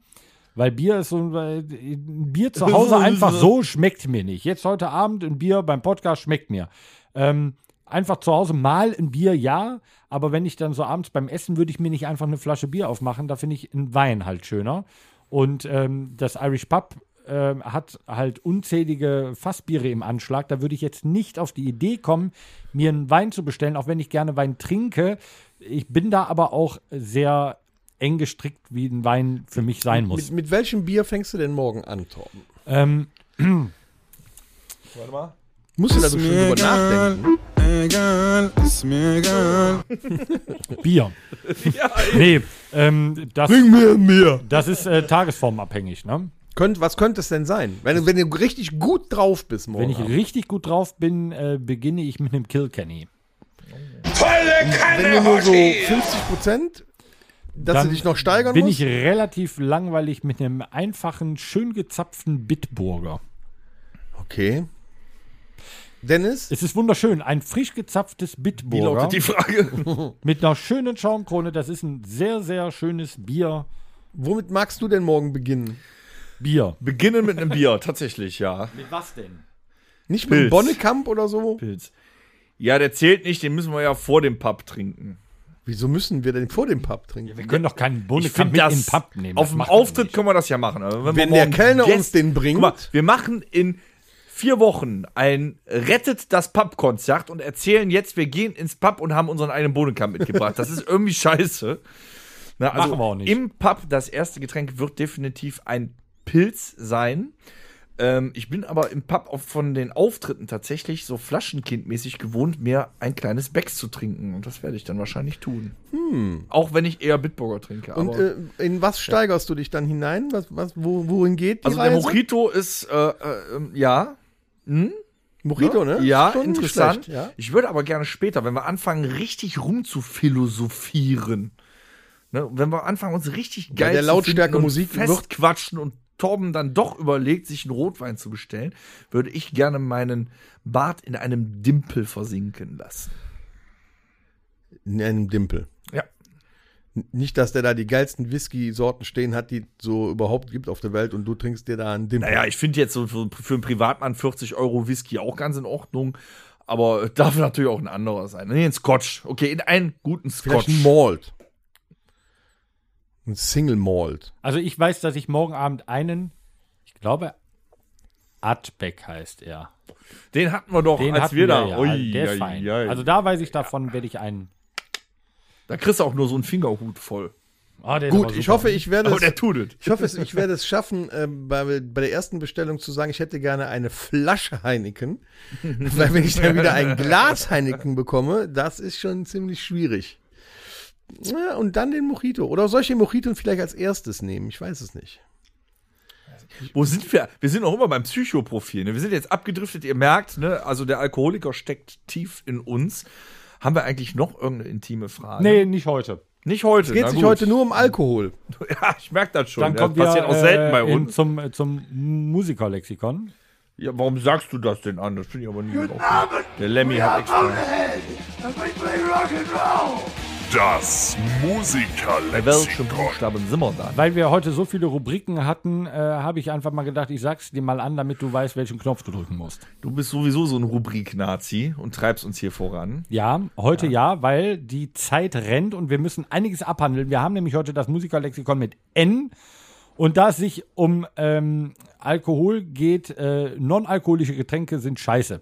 Speaker 2: Weil Bier ist so ein ein Bier zu Hause einfach so schmeckt mir nicht. Jetzt heute Abend ein Bier beim Podcast schmeckt mir. Ähm, einfach zu Hause mal ein Bier, ja, aber wenn ich dann so abends beim Essen würde ich mir nicht einfach eine Flasche Bier aufmachen, da finde ich einen Wein halt schöner. Und ähm, das Irish Pub ähm, hat halt unzählige Fassbiere im Anschlag. Da würde ich jetzt nicht auf die Idee kommen, mir einen Wein zu bestellen, auch wenn ich gerne Wein trinke. Ich bin da aber auch sehr eng gestrickt, wie ein Wein für mich sein muss.
Speaker 4: mit, mit welchem Bier fängst du denn morgen an, Torben?
Speaker 2: Ähm,
Speaker 3: Warte mal.
Speaker 4: Musst du da so schön drüber nachdenken?
Speaker 8: Egal, ist mir egal.
Speaker 2: Bier. nee, ähm, das,
Speaker 4: mir mehr.
Speaker 2: das ist äh, tagesformabhängig. Ne?
Speaker 4: Könnt, was könnte es denn sein? Wenn, du- wenn du richtig gut drauf bist morgen.
Speaker 2: Wenn ich
Speaker 4: Abend.
Speaker 2: richtig gut drauf bin, äh, beginne ich mit einem Kilkenny.
Speaker 5: Volle
Speaker 4: wenn du
Speaker 5: Kanne,
Speaker 4: nur so
Speaker 5: Hoshi!
Speaker 4: 50 Prozent, dass
Speaker 2: Dann
Speaker 4: du dich noch steigern
Speaker 2: Bin
Speaker 4: musst?
Speaker 2: ich relativ langweilig mit einem einfachen, schön gezapften Bitburger.
Speaker 4: okay. Dennis?
Speaker 2: Es ist wunderschön, ein frisch gezapftes Bitburger
Speaker 3: Die Frage.
Speaker 2: mit einer schönen Schaumkrone. Das ist ein sehr, sehr schönes Bier.
Speaker 4: Womit magst du denn morgen beginnen?
Speaker 2: Bier.
Speaker 3: Beginnen mit einem Bier, tatsächlich, ja.
Speaker 2: Mit was denn?
Speaker 4: Nicht mit
Speaker 3: Pilz.
Speaker 4: dem Bonnekamp oder so?
Speaker 3: Pilz. Ja, der zählt nicht, den müssen wir ja vor dem Pub trinken.
Speaker 4: Wieso müssen wir denn vor dem Pub trinken?
Speaker 2: Wir können doch keinen Bonnekamp
Speaker 3: find
Speaker 2: mit in den Pub nehmen.
Speaker 3: Auf
Speaker 2: Das
Speaker 3: dem
Speaker 2: macht man
Speaker 3: Auftritt
Speaker 2: nicht.
Speaker 3: können wir das ja machen. Aber wir
Speaker 4: Wenn der
Speaker 3: morgen
Speaker 4: Kellner
Speaker 3: Gäste-
Speaker 4: uns den bringt.
Speaker 3: Guck mal, wir machen in vier Wochen ein Rettet das Pub-Konzert und erzählen jetzt, wir gehen ins Pub und haben unseren einen Bohnenkamm mitgebracht. Das ist irgendwie scheiße. Na, also
Speaker 2: Machen wir auch nicht.
Speaker 3: Im Pub, das erste Getränk wird definitiv ein Pilz sein. Ähm, ich bin aber im Pub auch von den Auftritten tatsächlich so flaschenkindmäßig gewohnt, mir ein kleines Becks zu trinken. Und das werde ich dann wahrscheinlich tun. Auch wenn ich eher Bitburger trinke.
Speaker 4: Hm. Und
Speaker 3: aber
Speaker 4: äh, in was steigerst du dich dann hinein? Was, was, wo, wohin geht die
Speaker 3: also der
Speaker 4: Reise?
Speaker 3: Mojito ist, äh, äh, ähm, ja,
Speaker 4: Mojito, ne?
Speaker 3: Ja,
Speaker 4: Schon nicht
Speaker 3: interessant.
Speaker 4: schlecht, ja.
Speaker 3: Ich würde aber gerne später, wenn wir anfangen, richtig rum zu philosophieren, ne, wenn wir anfangen, uns richtig geil
Speaker 4: der
Speaker 3: zu
Speaker 4: Lautstärke
Speaker 3: finden und
Speaker 4: Musik wird-
Speaker 3: festquatschen und Torben dann doch überlegt, sich einen Rotwein zu bestellen, würde ich gerne meinen Bart in einem Dimpel versinken lassen.
Speaker 4: In einem Dimpel.
Speaker 3: Ja.
Speaker 4: N- Nicht, dass der da die geilsten Whisky-Sorten stehen hat, die so überhaupt gibt auf der Welt und du trinkst dir da einen Dimpel.
Speaker 3: Naja, ich finde jetzt so für, für einen Privatmann 40 Euro Whisky auch ganz in Ordnung. Aber darf natürlich auch ein anderer sein. Nee, ein Scotch. Okay, in einen guten Scotch.
Speaker 4: Vielleicht ein Malt. Ein Single Malt.
Speaker 2: Also ich weiß, dass ich morgen Abend einen, ich glaube, Adbeck heißt er.
Speaker 3: Den hatten wir doch,
Speaker 2: Den
Speaker 3: als
Speaker 2: hatten
Speaker 3: wir da.
Speaker 2: Ja,
Speaker 3: Ui,
Speaker 2: der
Speaker 3: ei,
Speaker 2: ist fein.
Speaker 3: ei.
Speaker 2: Also da weiß ich davon, werde ich einen.
Speaker 3: Da kriegst du auch nur so einen Fingerhut voll.
Speaker 2: Ah, der ist aber
Speaker 4: Gut,
Speaker 2: super.
Speaker 4: ich hoffe, ich werde es,
Speaker 3: tut es.
Speaker 4: ich hoffe, es- ich werde es schaffen, äh, bei, bei der ersten Bestellung zu sagen, ich hätte gerne eine Flasche Heineken. Weil wenn ich dann wieder ein Glas Heineken bekomme, das ist schon ziemlich schwierig. Ja, und dann den Mojito. Oder solche Mojito vielleicht als erstes nehmen. Ich weiß es nicht.
Speaker 3: Wo sind wir? Wir sind noch immer beim Psychoprofil. Ne? Wir sind jetzt abgedriftet, ihr merkt, ne? also der Alkoholiker steckt tief in uns. Haben wir eigentlich noch irgendeine intime Frage?
Speaker 2: Nee, nicht heute.
Speaker 3: Nicht heute.
Speaker 4: Es geht
Speaker 3: na
Speaker 4: sich
Speaker 3: gut.
Speaker 4: heute nur um Alkohol.
Speaker 3: Ja, ich merke das schon.
Speaker 2: Dann
Speaker 3: das
Speaker 2: kommen wir
Speaker 3: passiert auch
Speaker 2: äh,
Speaker 3: selten bei
Speaker 2: in-
Speaker 3: uns.
Speaker 2: zum, äh, zum Musikerlexikon.
Speaker 3: Ja, warum sagst du das denn an? Das finde ich aber nicht Guten Abend. Der Lemmy hat extra.
Speaker 1: Das
Speaker 3: Bei welchem
Speaker 1: Musikerlexikon.
Speaker 3: Buchstaben sind wir da?
Speaker 2: Weil wir heute so viele Rubriken hatten, äh, habe ich einfach mal gedacht, ich sag's dir mal an, damit du weißt, welchen Knopf du drücken musst.
Speaker 3: Du bist sowieso so ein Rubrik-Nazi und treibst uns hier voran.
Speaker 2: Ja, heute ja. weil die Zeit rennt und wir müssen einiges abhandeln. Wir haben nämlich heute das Musikerlexikon mit N. Und da es sich um ähm, Alkohol geht, äh, non-alkoholische Getränke sind scheiße.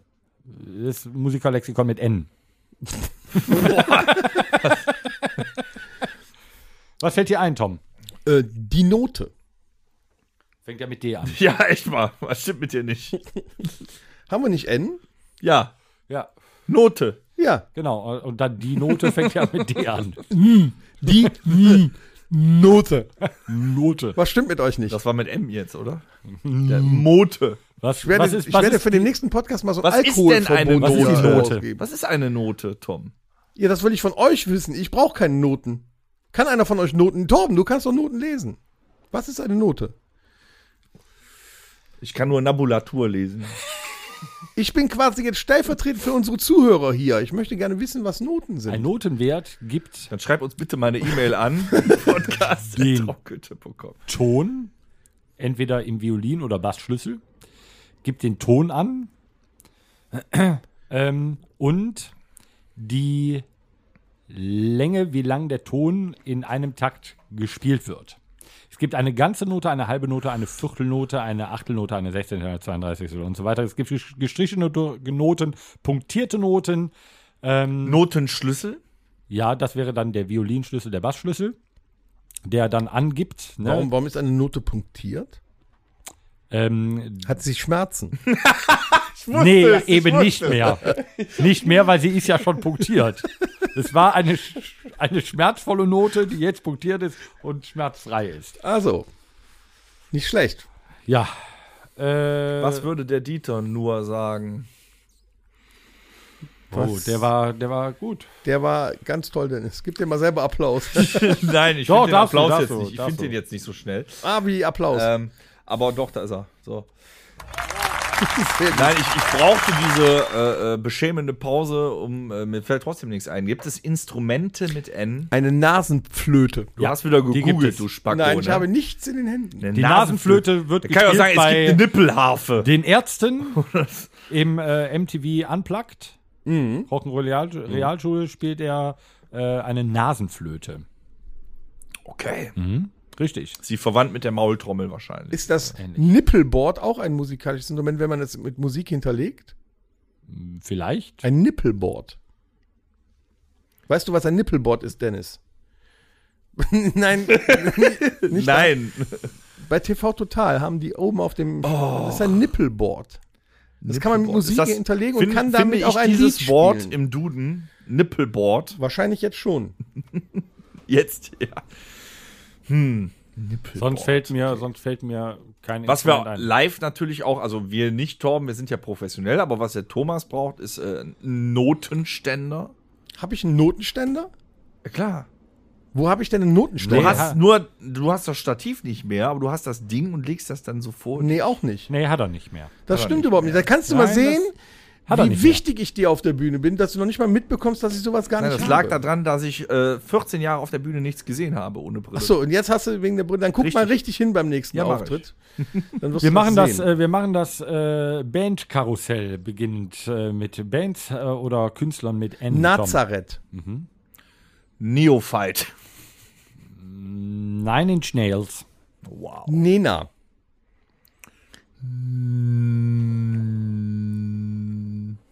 Speaker 2: Das Musikerlexikon mit N. Was fällt dir ein, Tom?
Speaker 4: Äh, die Note.
Speaker 2: Fängt ja mit D an.
Speaker 3: Ja, echt mal. Was stimmt mit dir nicht?
Speaker 4: Haben wir nicht N?
Speaker 3: Ja,
Speaker 2: Ja,
Speaker 3: Note.
Speaker 4: Ja.
Speaker 2: genau. Und dann die Note fängt ja mit D an.
Speaker 4: Die N- Note.
Speaker 2: Note.
Speaker 4: Was stimmt mit euch nicht?
Speaker 3: Das war mit M jetzt, oder? Der Mote.
Speaker 2: Was,
Speaker 4: ich werde,
Speaker 2: was ist,
Speaker 4: ich
Speaker 2: was
Speaker 4: werde
Speaker 2: ist
Speaker 4: für den nächsten Podcast mal so
Speaker 3: Was ist denn
Speaker 4: Alkoholverbot
Speaker 3: eine
Speaker 2: was ist die
Speaker 4: äh,
Speaker 2: Note?
Speaker 4: ausgeben.
Speaker 3: Was ist eine Note, Tom?
Speaker 4: Ja, das will ich von euch wissen. Ich brauche keine Noten. Kann einer von euch Noten? Torben, du kannst doch Noten lesen. Was ist eine Note?
Speaker 3: Ich kann nur Nabulatur lesen.
Speaker 4: Ich bin quasi jetzt stellvertretend für unsere Zuhörer hier. Ich möchte gerne wissen, was Noten sind.
Speaker 2: ein Notenwert gibt
Speaker 3: Dann schreib uns bitte mal eine E-Mail an. Podcast.
Speaker 2: Den.
Speaker 3: Talkgüte.com.
Speaker 2: Ton, entweder im Violin oder Bassschlüssel, gibt den Ton an ähm, und die Länge, wie lang der Ton in einem Takt gespielt wird. Es gibt eine ganze Note, eine halbe Note, eine Viertelnote, eine Achtelnote, eine Sechzehntel, eine Zweiunddreißigstel und so weiter. Es gibt gesch- gestrichene Do- Noten, punktierte Noten. Ähm,
Speaker 3: Notenschlüssel?
Speaker 2: ja, das wäre dann der Violinschlüssel, der Bassschlüssel, der dann angibt. Ne?
Speaker 4: Warum, warum ist eine Note punktiert?
Speaker 2: Ähm,
Speaker 4: Hat sie Schmerzen?
Speaker 2: nee, eben nicht mehr. Nicht mehr, weil sie ist ja schon punktiert. Es war eine, sch- eine schmerzvolle Note, die jetzt punktiert ist und schmerzfrei ist.
Speaker 4: Also, nicht schlecht.
Speaker 2: Ja. Äh,
Speaker 3: Was würde der Dieter nur sagen?
Speaker 2: oh, der war, der war gut.
Speaker 4: Der war ganz toll, Dennis. Gib dir mal selber Applaus.
Speaker 3: Nein, ich
Speaker 2: Doch,
Speaker 3: finde
Speaker 2: darfst
Speaker 3: den
Speaker 2: du,
Speaker 3: Applaus
Speaker 2: darfst
Speaker 3: jetzt
Speaker 2: du,
Speaker 3: nicht. Ich
Speaker 2: darfst
Speaker 3: finde
Speaker 2: du.
Speaker 3: den jetzt nicht so schnell.
Speaker 4: Abi, Applaus.
Speaker 3: Ähm, aber doch, da ist er. So.
Speaker 4: Sehr gut.
Speaker 3: Nein, ich, ich brauchte diese äh, äh, beschämende Pause, um äh, mir fällt trotzdem nichts ein. Gibt es Instrumente mit N?
Speaker 4: Eine Nasenpflöte.
Speaker 3: Du hast wieder
Speaker 2: die gibt es.
Speaker 3: gegoogelt, du Spacko.
Speaker 4: Nein, ich
Speaker 3: ne?
Speaker 4: habe nichts in den Händen.
Speaker 3: Eine
Speaker 2: Die Nasenflöte wird
Speaker 3: Da kann ich auch sagen, es gibt eine
Speaker 2: bei
Speaker 3: Nippelharfe.
Speaker 2: den Ärzten im äh, MTV Unplugged. Rock'n'Roll Real, Realschule spielt er äh, eine Nasenflöte.
Speaker 3: Okay.
Speaker 4: Hm.
Speaker 2: Richtig.
Speaker 3: Sie verwandt mit der Maultrommel wahrscheinlich.
Speaker 4: Ist das Nippelboard auch ein musikalisches Instrument, wenn man es mit Musik hinterlegt?
Speaker 2: Vielleicht.
Speaker 4: Ein Nippelboard. Weißt du, was ein Nippelboard ist, Dennis? Nein, nicht
Speaker 3: Nein.
Speaker 4: bei TV Total haben die oben auf dem. Das ist ein Nippelboard. Das kann man mit Musik
Speaker 3: Oh. Ist das-
Speaker 4: hinterlegen und
Speaker 3: find-
Speaker 4: kann
Speaker 3: finde
Speaker 4: damit
Speaker 3: ich
Speaker 4: auch ein
Speaker 3: dieses
Speaker 4: Lied
Speaker 3: Wort
Speaker 4: spielen.
Speaker 3: im Duden, Nippelboard,
Speaker 4: Wahrscheinlich jetzt schon.
Speaker 3: jetzt, ja.
Speaker 2: Sonst fällt mir, sonst fällt mir kein
Speaker 3: Was
Speaker 2: Instrument
Speaker 3: wir live natürlich auch, also wir nicht, Torben, wir sind ja professionell, aber was der Thomas braucht, ist äh, ein Notenständer.
Speaker 4: Habe ich einen Notenständer?
Speaker 3: Ja, klar.
Speaker 4: Wo habe ich denn einen Notenständer?
Speaker 3: Du
Speaker 2: Nee, ha-
Speaker 3: hast nur, du hast das Stativ nicht mehr, aber du hast das Ding und legst das dann so vor.
Speaker 4: Nee, auch nicht.
Speaker 2: Nee, hat er nicht mehr.
Speaker 4: Das stimmt überhaupt nicht. Da kannst du mal
Speaker 2: Nein,
Speaker 4: sehen,
Speaker 2: er
Speaker 4: wie
Speaker 2: nicht mehr.
Speaker 4: wichtig ich dir auf der Bühne bin, dass du noch nicht mal mitbekommst, dass ich sowas gar
Speaker 3: Nein,
Speaker 4: nicht
Speaker 3: das
Speaker 4: habe.
Speaker 3: lag daran, dass ich äh, 14 Jahre auf der Bühne nichts gesehen habe ohne Brille.
Speaker 4: Achso, und jetzt hast du wegen der Brille. Dann guck
Speaker 3: Richtig.
Speaker 4: mal richtig hin beim nächsten
Speaker 3: Ja, mach
Speaker 4: Auftritt. Dann wirst
Speaker 2: Wir machen das,
Speaker 4: sehen.
Speaker 2: äh, wir machen das äh, Bandkarussell, beginnend äh, mit Bands äh, oder Künstlern mit N.
Speaker 4: Nazareth.
Speaker 3: Neophyte.
Speaker 2: Tom. Nine Inch Nails.
Speaker 3: Wow.
Speaker 4: Nena.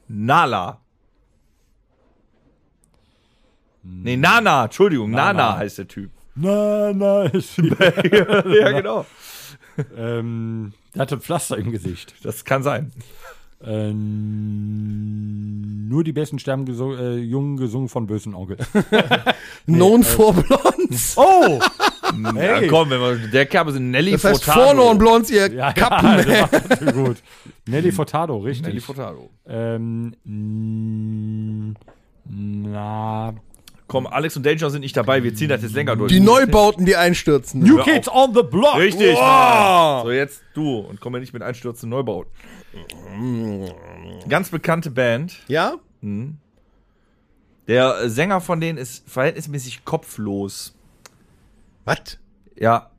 Speaker 3: Nala. Nee, Nana, Entschuldigung, Hm. Nana, heißt der Typ.
Speaker 2: Na, na, ist
Speaker 3: ja, genau.
Speaker 2: ähm, Der hatte ein Pflaster im Gesicht.
Speaker 3: Das kann sein.
Speaker 2: Ähm, nur die besten sterben gesu äh, jungen gesungen von bösen Onkel.
Speaker 4: Known for Blondes.
Speaker 2: Oh!
Speaker 3: Hm, Ja, komm, wenn wir der Kerbe sind Nelly
Speaker 4: Das heißt
Speaker 3: Furtado.
Speaker 4: Forlorn Blondes, ihr
Speaker 2: ja,
Speaker 4: Kappen.
Speaker 2: ja, das war gut. Nelly Furtado, richtig.
Speaker 3: Nelly Furtado.
Speaker 2: Ähm, n- na,
Speaker 3: Komm, Alex und Danger sind nicht dabei, wir ziehen das jetzt länger durch.
Speaker 4: Die Neubauten, die einstürzen.
Speaker 2: New
Speaker 3: auf.
Speaker 2: Kids on the Block.
Speaker 3: Richtig. Ah.
Speaker 2: Wow.
Speaker 3: So, jetzt du und komm mir nicht mit einstürzen Neubaut.
Speaker 4: Hm.
Speaker 3: Ganz bekannte Band.
Speaker 4: Ja?
Speaker 3: Der äh, Sänger von denen ist verhältnismäßig kopflos.
Speaker 4: Was?
Speaker 3: Ja.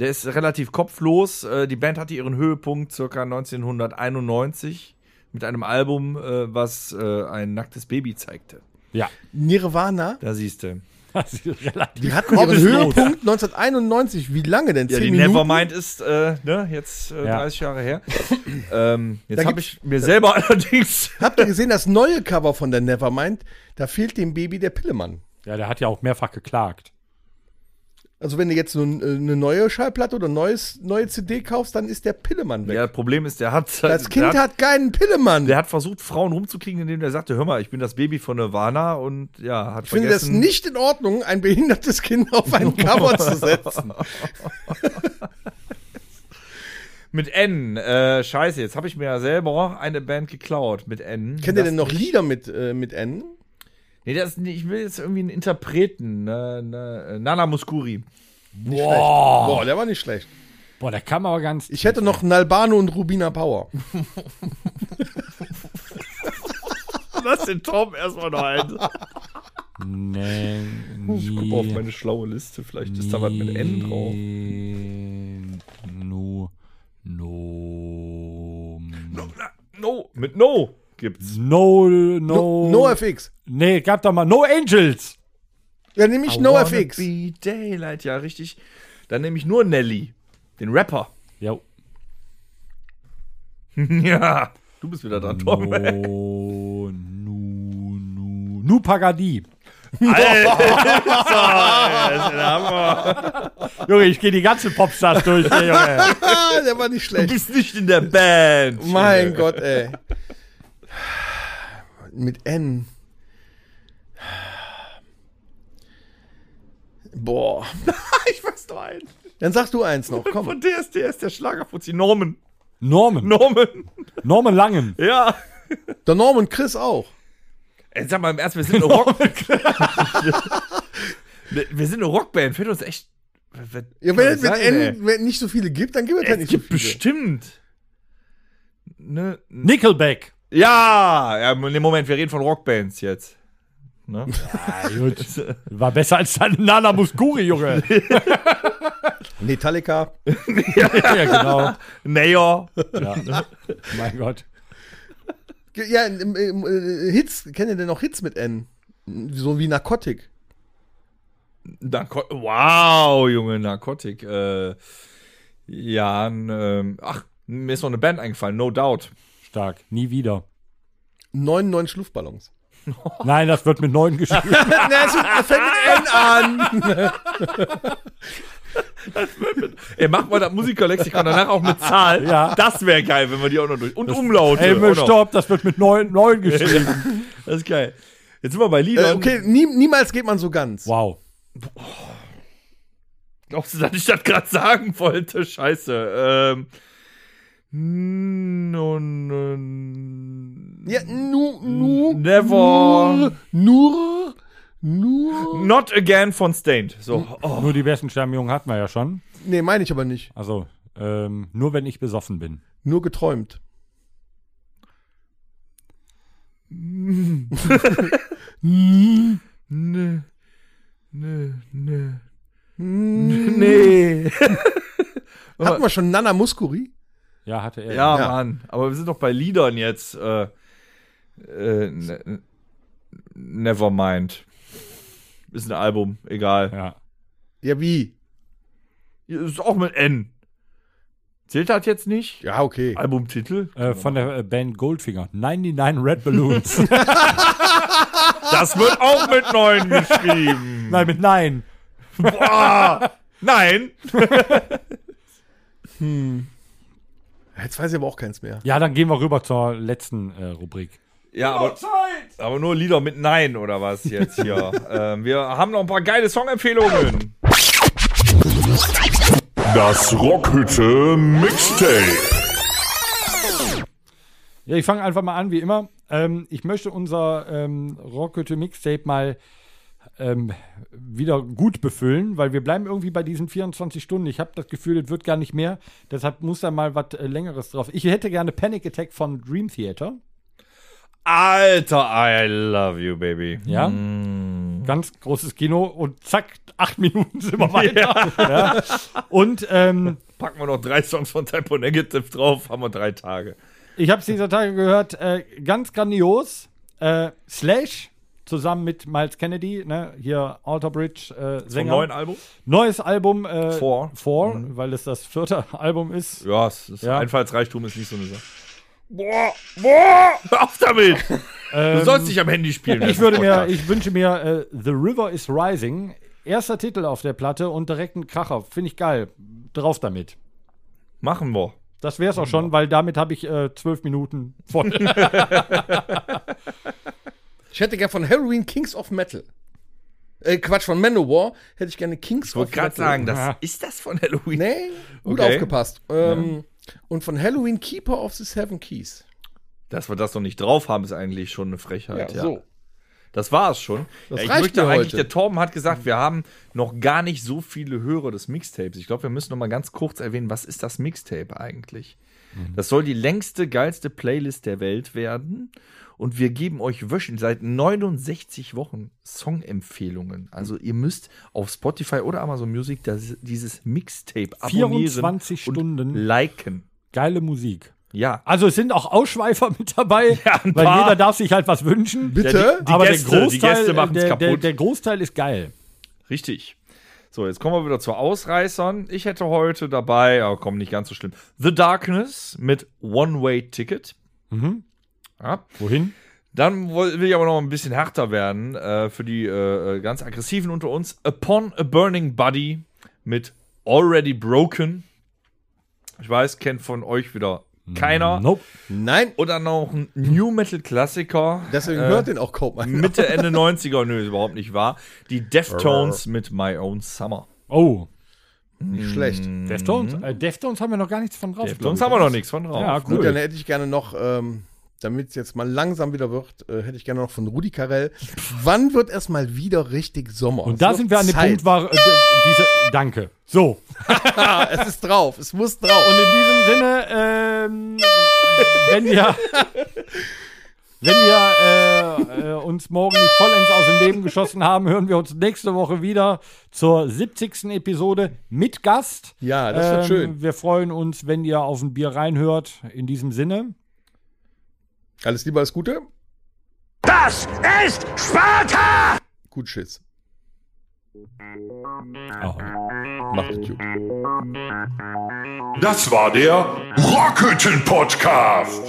Speaker 3: Der ist relativ kopflos. Äh, Die Band hatte ihren Höhepunkt circa 1991 mit einem Album, äh, was äh, ein nacktes Baby zeigte.
Speaker 2: Ja,
Speaker 4: Nirvana?
Speaker 3: Da siehst du.
Speaker 2: das ist relativ.
Speaker 4: Die hatten ihren
Speaker 2: Hobbes los.
Speaker 4: Höhepunkt 1991. Wie lange denn?
Speaker 3: Ja,
Speaker 4: Zehn
Speaker 3: die
Speaker 4: Minuten?
Speaker 3: Nevermind ist äh, ne, jetzt äh,
Speaker 2: Ja.
Speaker 3: 30 Jahre her. ähm, jetzt
Speaker 4: Da
Speaker 3: habe
Speaker 4: gibt's-
Speaker 3: ich mir selber allerdings.
Speaker 4: Habt ihr gesehen, das neue Cover von der Nevermind? Da fehlt dem Baby der Pillemann.
Speaker 2: Ja, der hat ja auch mehrfach geklagt.
Speaker 4: Also wenn du jetzt so ein- eine neue Schallplatte oder neues, neue CD kaufst, dann ist der Pillemann weg.
Speaker 3: Ja, das Problem ist, der hat. halt,
Speaker 4: das Kind
Speaker 3: der
Speaker 4: hat keinen Pillemann.
Speaker 3: Der hat versucht, Frauen rumzukriegen, indem er sagte: Hör mal, ich bin das Baby von Nirvana und ja, hat
Speaker 4: ich finde das
Speaker 3: vergessen-
Speaker 4: nicht in Ordnung, ein behindertes Kind auf einen Cover zu setzen.
Speaker 3: Mit N. Äh, scheiße, jetzt habe ich mir ja selber eine Band geklaut mit N.
Speaker 4: Kennt
Speaker 3: Das-
Speaker 4: ihr denn noch Lieder mit, äh, mit N?
Speaker 3: Nee, das, nee, ich will jetzt irgendwie einen Interpreten. Ne, ne, Nana Muscuri. Oh.
Speaker 2: Boah.
Speaker 4: Boah, der war nicht schlecht.
Speaker 2: Boah, der kam aber ganz.
Speaker 4: Ich hätte noch Nalbano und Rubina Power.
Speaker 3: Lass den Tom erstmal noch ein.
Speaker 2: Nee, ich
Speaker 3: Guck mal auf meine schlaue Liste, vielleicht ist da was mit N drauf.
Speaker 2: drauf. No. No.
Speaker 3: No, mit No gibt's.
Speaker 2: No. No.
Speaker 4: No, NoFX.
Speaker 2: nee, gab doch mal No Angels.
Speaker 4: Dann nehme ich
Speaker 3: Wanna
Speaker 4: NoFX.
Speaker 3: Be Daylight, ja, richtig. Dann nehme ich nur Nelly, den Rapper.
Speaker 2: Jo.
Speaker 3: ja, du bist wieder dran, Tom.
Speaker 2: No. Oh, Nu. Nu. Nu Pagadi. Junge, ich gehe die ganzen Popstars durch, hier, Junge.
Speaker 4: Ah, der war nicht
Speaker 3: Du
Speaker 4: schlecht.
Speaker 3: bist nicht in der Band.
Speaker 4: Mein Gott, ey. Mit N. Boah.
Speaker 3: Ich weiß doch einen.
Speaker 4: Dann sagst du eins noch, komm.
Speaker 3: Von DSDS, der Schlagerfuzzi. Norman.
Speaker 2: Norman.
Speaker 3: Norman.
Speaker 2: Norman Langen.
Speaker 3: Ja.
Speaker 4: Der Norman Chris auch.
Speaker 3: Ey, Äh, sag mal im Ernst, wir sind eine Rock wir wir sind eine Rockband. Fällt uns echt. was-
Speaker 4: Ja,
Speaker 3: kann
Speaker 4: wenn
Speaker 3: das
Speaker 4: es mit
Speaker 3: sein, ey?
Speaker 4: N wenn nicht so viele gibt, dann gibt es halt
Speaker 3: Es
Speaker 4: nicht so
Speaker 3: gibt
Speaker 4: viele.
Speaker 3: bestimmt. Ne? n-
Speaker 2: Nickelback.
Speaker 3: Ja, ja, nee, Moment, wir reden von Rockbands jetzt. Ne?
Speaker 2: Gut. äh, War besser als deine Nana Muscuri, Junge.
Speaker 4: Metallica.
Speaker 2: ja, genau.
Speaker 3: Nayer.
Speaker 2: Mein Gott.
Speaker 4: Ge- Ja, im, im, äh, Hits. Kennt ihr denn noch Hits mit N? So wie Narkotik.
Speaker 3: Narko wow, Junge, Narkotik. Äh, ja, n- ähm, ach, mir ist noch eine Band eingefallen, No Doubt.
Speaker 2: Stark. Nie wieder.
Speaker 4: 99 Luftballons.
Speaker 2: Nein, das wird mit neun gespielt.
Speaker 4: Na, es fängt mit N an.
Speaker 3: Ey, mach mal das Musikerlexikon danach auch mit Zahl.
Speaker 2: Ja.
Speaker 3: Das wäre geil, wenn wir die auch noch durch. Und Umlaute.
Speaker 2: Ey,
Speaker 3: auch
Speaker 2: Mö,
Speaker 3: noch.
Speaker 2: stopp, das wird mit neun, neun geschrieben.
Speaker 3: Das ist geil. Jetzt sind wir bei
Speaker 4: Äh,
Speaker 3: Liedern.
Speaker 4: okay, nie, niemals geht man so ganz.
Speaker 2: Wow.
Speaker 3: Glaubst du, dass ich das gerade sagen wollte? Scheiße. Ähm. No, no,
Speaker 4: Ja, nu, nu,
Speaker 3: never.
Speaker 4: nur, nur.
Speaker 3: Not again von Stained. So. Oh.
Speaker 2: Nur die besten Stammjungen hatten wir ja schon.
Speaker 4: Nee, meine ich aber nicht.
Speaker 2: Also, ähm, nur wenn ich besoffen bin.
Speaker 4: Nur geträumt.
Speaker 3: Nö. Nö. Nö. Nee.
Speaker 4: Hatten wir schon Nana Muscuri?
Speaker 2: Ja, hatte er.
Speaker 3: Ja,
Speaker 4: Ja.
Speaker 3: Mann. Aber wir sind doch bei Liedern jetzt. Äh, äh, ne, ne- Nevermind. Ist ein Album, egal.
Speaker 2: Ja.
Speaker 4: Ja, wie?
Speaker 3: Ist auch mit N. Zählt das jetzt nicht?
Speaker 4: Ja, okay.
Speaker 3: Albumtitel?
Speaker 2: Äh, von der äh, Band Goldfinger. 99 Red Balloons.
Speaker 3: Das wird auch mit 9 geschrieben.
Speaker 2: Nein, mit nein.
Speaker 3: Nein.
Speaker 4: Jetzt weiß ich aber auch keins mehr.
Speaker 2: Ja, dann gehen wir rüber zur letzten äh, Rubrik.
Speaker 3: Ja, aber, aber nur Lieder mit Nein oder was jetzt hier. ähm, wir haben noch ein paar geile Songempfehlungen.
Speaker 1: Das Rockhütte Mixtape.
Speaker 2: Ja, ich fange einfach mal an, wie immer. Ähm, ich möchte unser ähm, Rockhütte Mixtape mal ähm, wieder gut befüllen, weil wir bleiben irgendwie bei diesen 24 Stunden. Ich habe das Gefühl, das wird gar nicht mehr. Deshalb muss da mal was äh, Längeres drauf. Ich hätte gerne Panic Attack von Dream Theater.
Speaker 3: Alter, I love you, baby.
Speaker 2: Ja. Ganz großes Kino und zack, acht Minuten sind wir weiter. Ja. Und ähm,
Speaker 3: Packen wir noch drei Songs von Typo Negative drauf, haben wir drei Tage.
Speaker 2: ich habe es dieser Tage gehört, äh, ganz grandios. Äh, Slash zusammen mit Miles Kennedy, ne, hier Alter Bridge, äh,
Speaker 3: Vom
Speaker 2: Sänger.
Speaker 3: neuen Album? Mhm.
Speaker 2: Neues Album äh,
Speaker 3: Four.
Speaker 2: Four weil es das vierte Album ist.
Speaker 3: Ja, es ist
Speaker 2: Ja.
Speaker 3: Einfallsreichtum ist nicht so eine Sache. Boah, boah, hör auf damit! du sollst nicht am Handy spielen.
Speaker 2: Ähm, Ich würde mir, ich wünsche mir äh, The River is Rising. Erster Titel auf der Platte und direkt ein Kracher. Finde ich geil. Drauf damit.
Speaker 3: Machen wir.
Speaker 2: Das wäre es auch schon, weil damit habe ich äh, zwölf Minuten voll.
Speaker 4: Ich hätte gern von Halloween Kings of Metal. Äh, Quatsch, von Manowar hätte ich gerne Kings
Speaker 3: Ich
Speaker 4: of
Speaker 3: wollte
Speaker 4: Metal.
Speaker 3: gerade sagen, das,
Speaker 2: Ja.
Speaker 3: ist das von Halloween?
Speaker 4: Nee, gut
Speaker 3: Okay.
Speaker 4: aufgepasst. Ähm, Und von Halloween Keeper of the Seven Keys.
Speaker 3: Dass wir das noch nicht drauf haben, ist eigentlich schon eine Frechheit. Ja,
Speaker 4: so.
Speaker 3: Das war es schon.
Speaker 4: Das
Speaker 3: ja, ich
Speaker 4: reicht
Speaker 3: möchte
Speaker 4: mir
Speaker 3: eigentlich,
Speaker 4: heute.
Speaker 3: der Torben hat gesagt, wir haben noch gar nicht so viele Hörer des Mixtapes. Ich glaube, wir müssen noch mal ganz kurz erwähnen, was ist das Mixtape eigentlich?
Speaker 4: Mhm.
Speaker 3: Das soll die längste, geilste Playlist der Welt werden. Und wir geben euch wöchentlich seit 69 Wochen Songempfehlungen. Also ihr müsst auf Spotify oder Amazon Music das, dieses Mixtape abonnieren
Speaker 2: 24 Stunden.
Speaker 3: und liken.
Speaker 2: Geile Musik.
Speaker 3: Ja,
Speaker 2: Also es sind auch Ausschweifer mit dabei,
Speaker 3: Ja, ein
Speaker 2: weil
Speaker 3: paar.
Speaker 2: jeder darf sich halt was wünschen.
Speaker 4: Bitte?
Speaker 3: Ja, die- die
Speaker 2: aber
Speaker 3: Gäste-
Speaker 2: der
Speaker 3: die
Speaker 2: Großteil, äh,
Speaker 3: Gäste machen's
Speaker 2: der, Der,
Speaker 3: kaputt.
Speaker 2: der Großteil ist geil.
Speaker 3: Richtig. So, jetzt kommen wir wieder zu Ausreißern. Ich hätte heute dabei, aber komm, nicht ganz so schlimm, The Darkness mit One-Way-Ticket. Ja.
Speaker 2: Wohin?
Speaker 3: Dann woll- will ich aber noch ein bisschen härter werden äh, für die äh, äh, ganz Aggressiven unter uns. Upon a Burning Body mit Already Broken. Ich weiß, kennt von euch wieder keiner.
Speaker 2: Nope.
Speaker 4: Nein,
Speaker 3: Und dann noch ein New Metal-Klassiker.
Speaker 4: deswegen
Speaker 3: Äh,
Speaker 4: hört den auch kaum einer.
Speaker 3: Mitte, Ende 90er, nö, ist überhaupt nicht wahr. Die Deftones mit My Own Summer.
Speaker 2: Oh,
Speaker 4: Nicht schlecht.
Speaker 2: Deftones? Äh, Deftones haben wir noch gar nichts von drauf. glaub ich.
Speaker 3: Sonst Mhm. haben wir noch nichts von drauf.
Speaker 2: Ja,
Speaker 4: Gut, dann
Speaker 2: cool.
Speaker 4: hätte ich gerne noch, ähm, damit es jetzt mal langsam wieder wird, äh, hätte ich gerne noch von Rudi Carell. Wann wird es mal wieder richtig Sommer?
Speaker 2: Und da sind wir an dem Punkt,
Speaker 4: war.
Speaker 2: war äh, d- diese. Danke. So.
Speaker 4: Ah, Es ist drauf, es muss drauf.
Speaker 2: Und in diesem Sinne, ähm, wenn wir, wenn wir äh, äh, uns morgen nicht vollends aus dem Leben geschossen haben, hören wir uns nächste Woche wieder zur 70. Episode mit Gast. Ähm,
Speaker 4: Ja, das wird schön.
Speaker 2: Wir freuen uns, wenn ihr auf ein Bier reinhört. In diesem Sinne.
Speaker 4: Alles Liebe, alles Gute.
Speaker 5: Das ist Sparta!
Speaker 4: Gut Schiss.
Speaker 2: Ahoi.
Speaker 4: Macht es gut.
Speaker 1: Das war der Rockhütten Podcast.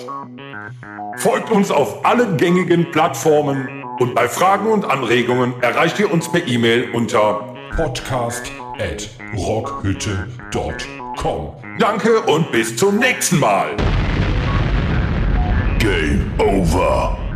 Speaker 1: Folgt uns auf allen gängigen Plattformen und bei Fragen und Anregungen erreicht ihr uns per E-Mail unter podcast@rockhütte.com. Danke und bis zum nächsten Mal. Game over.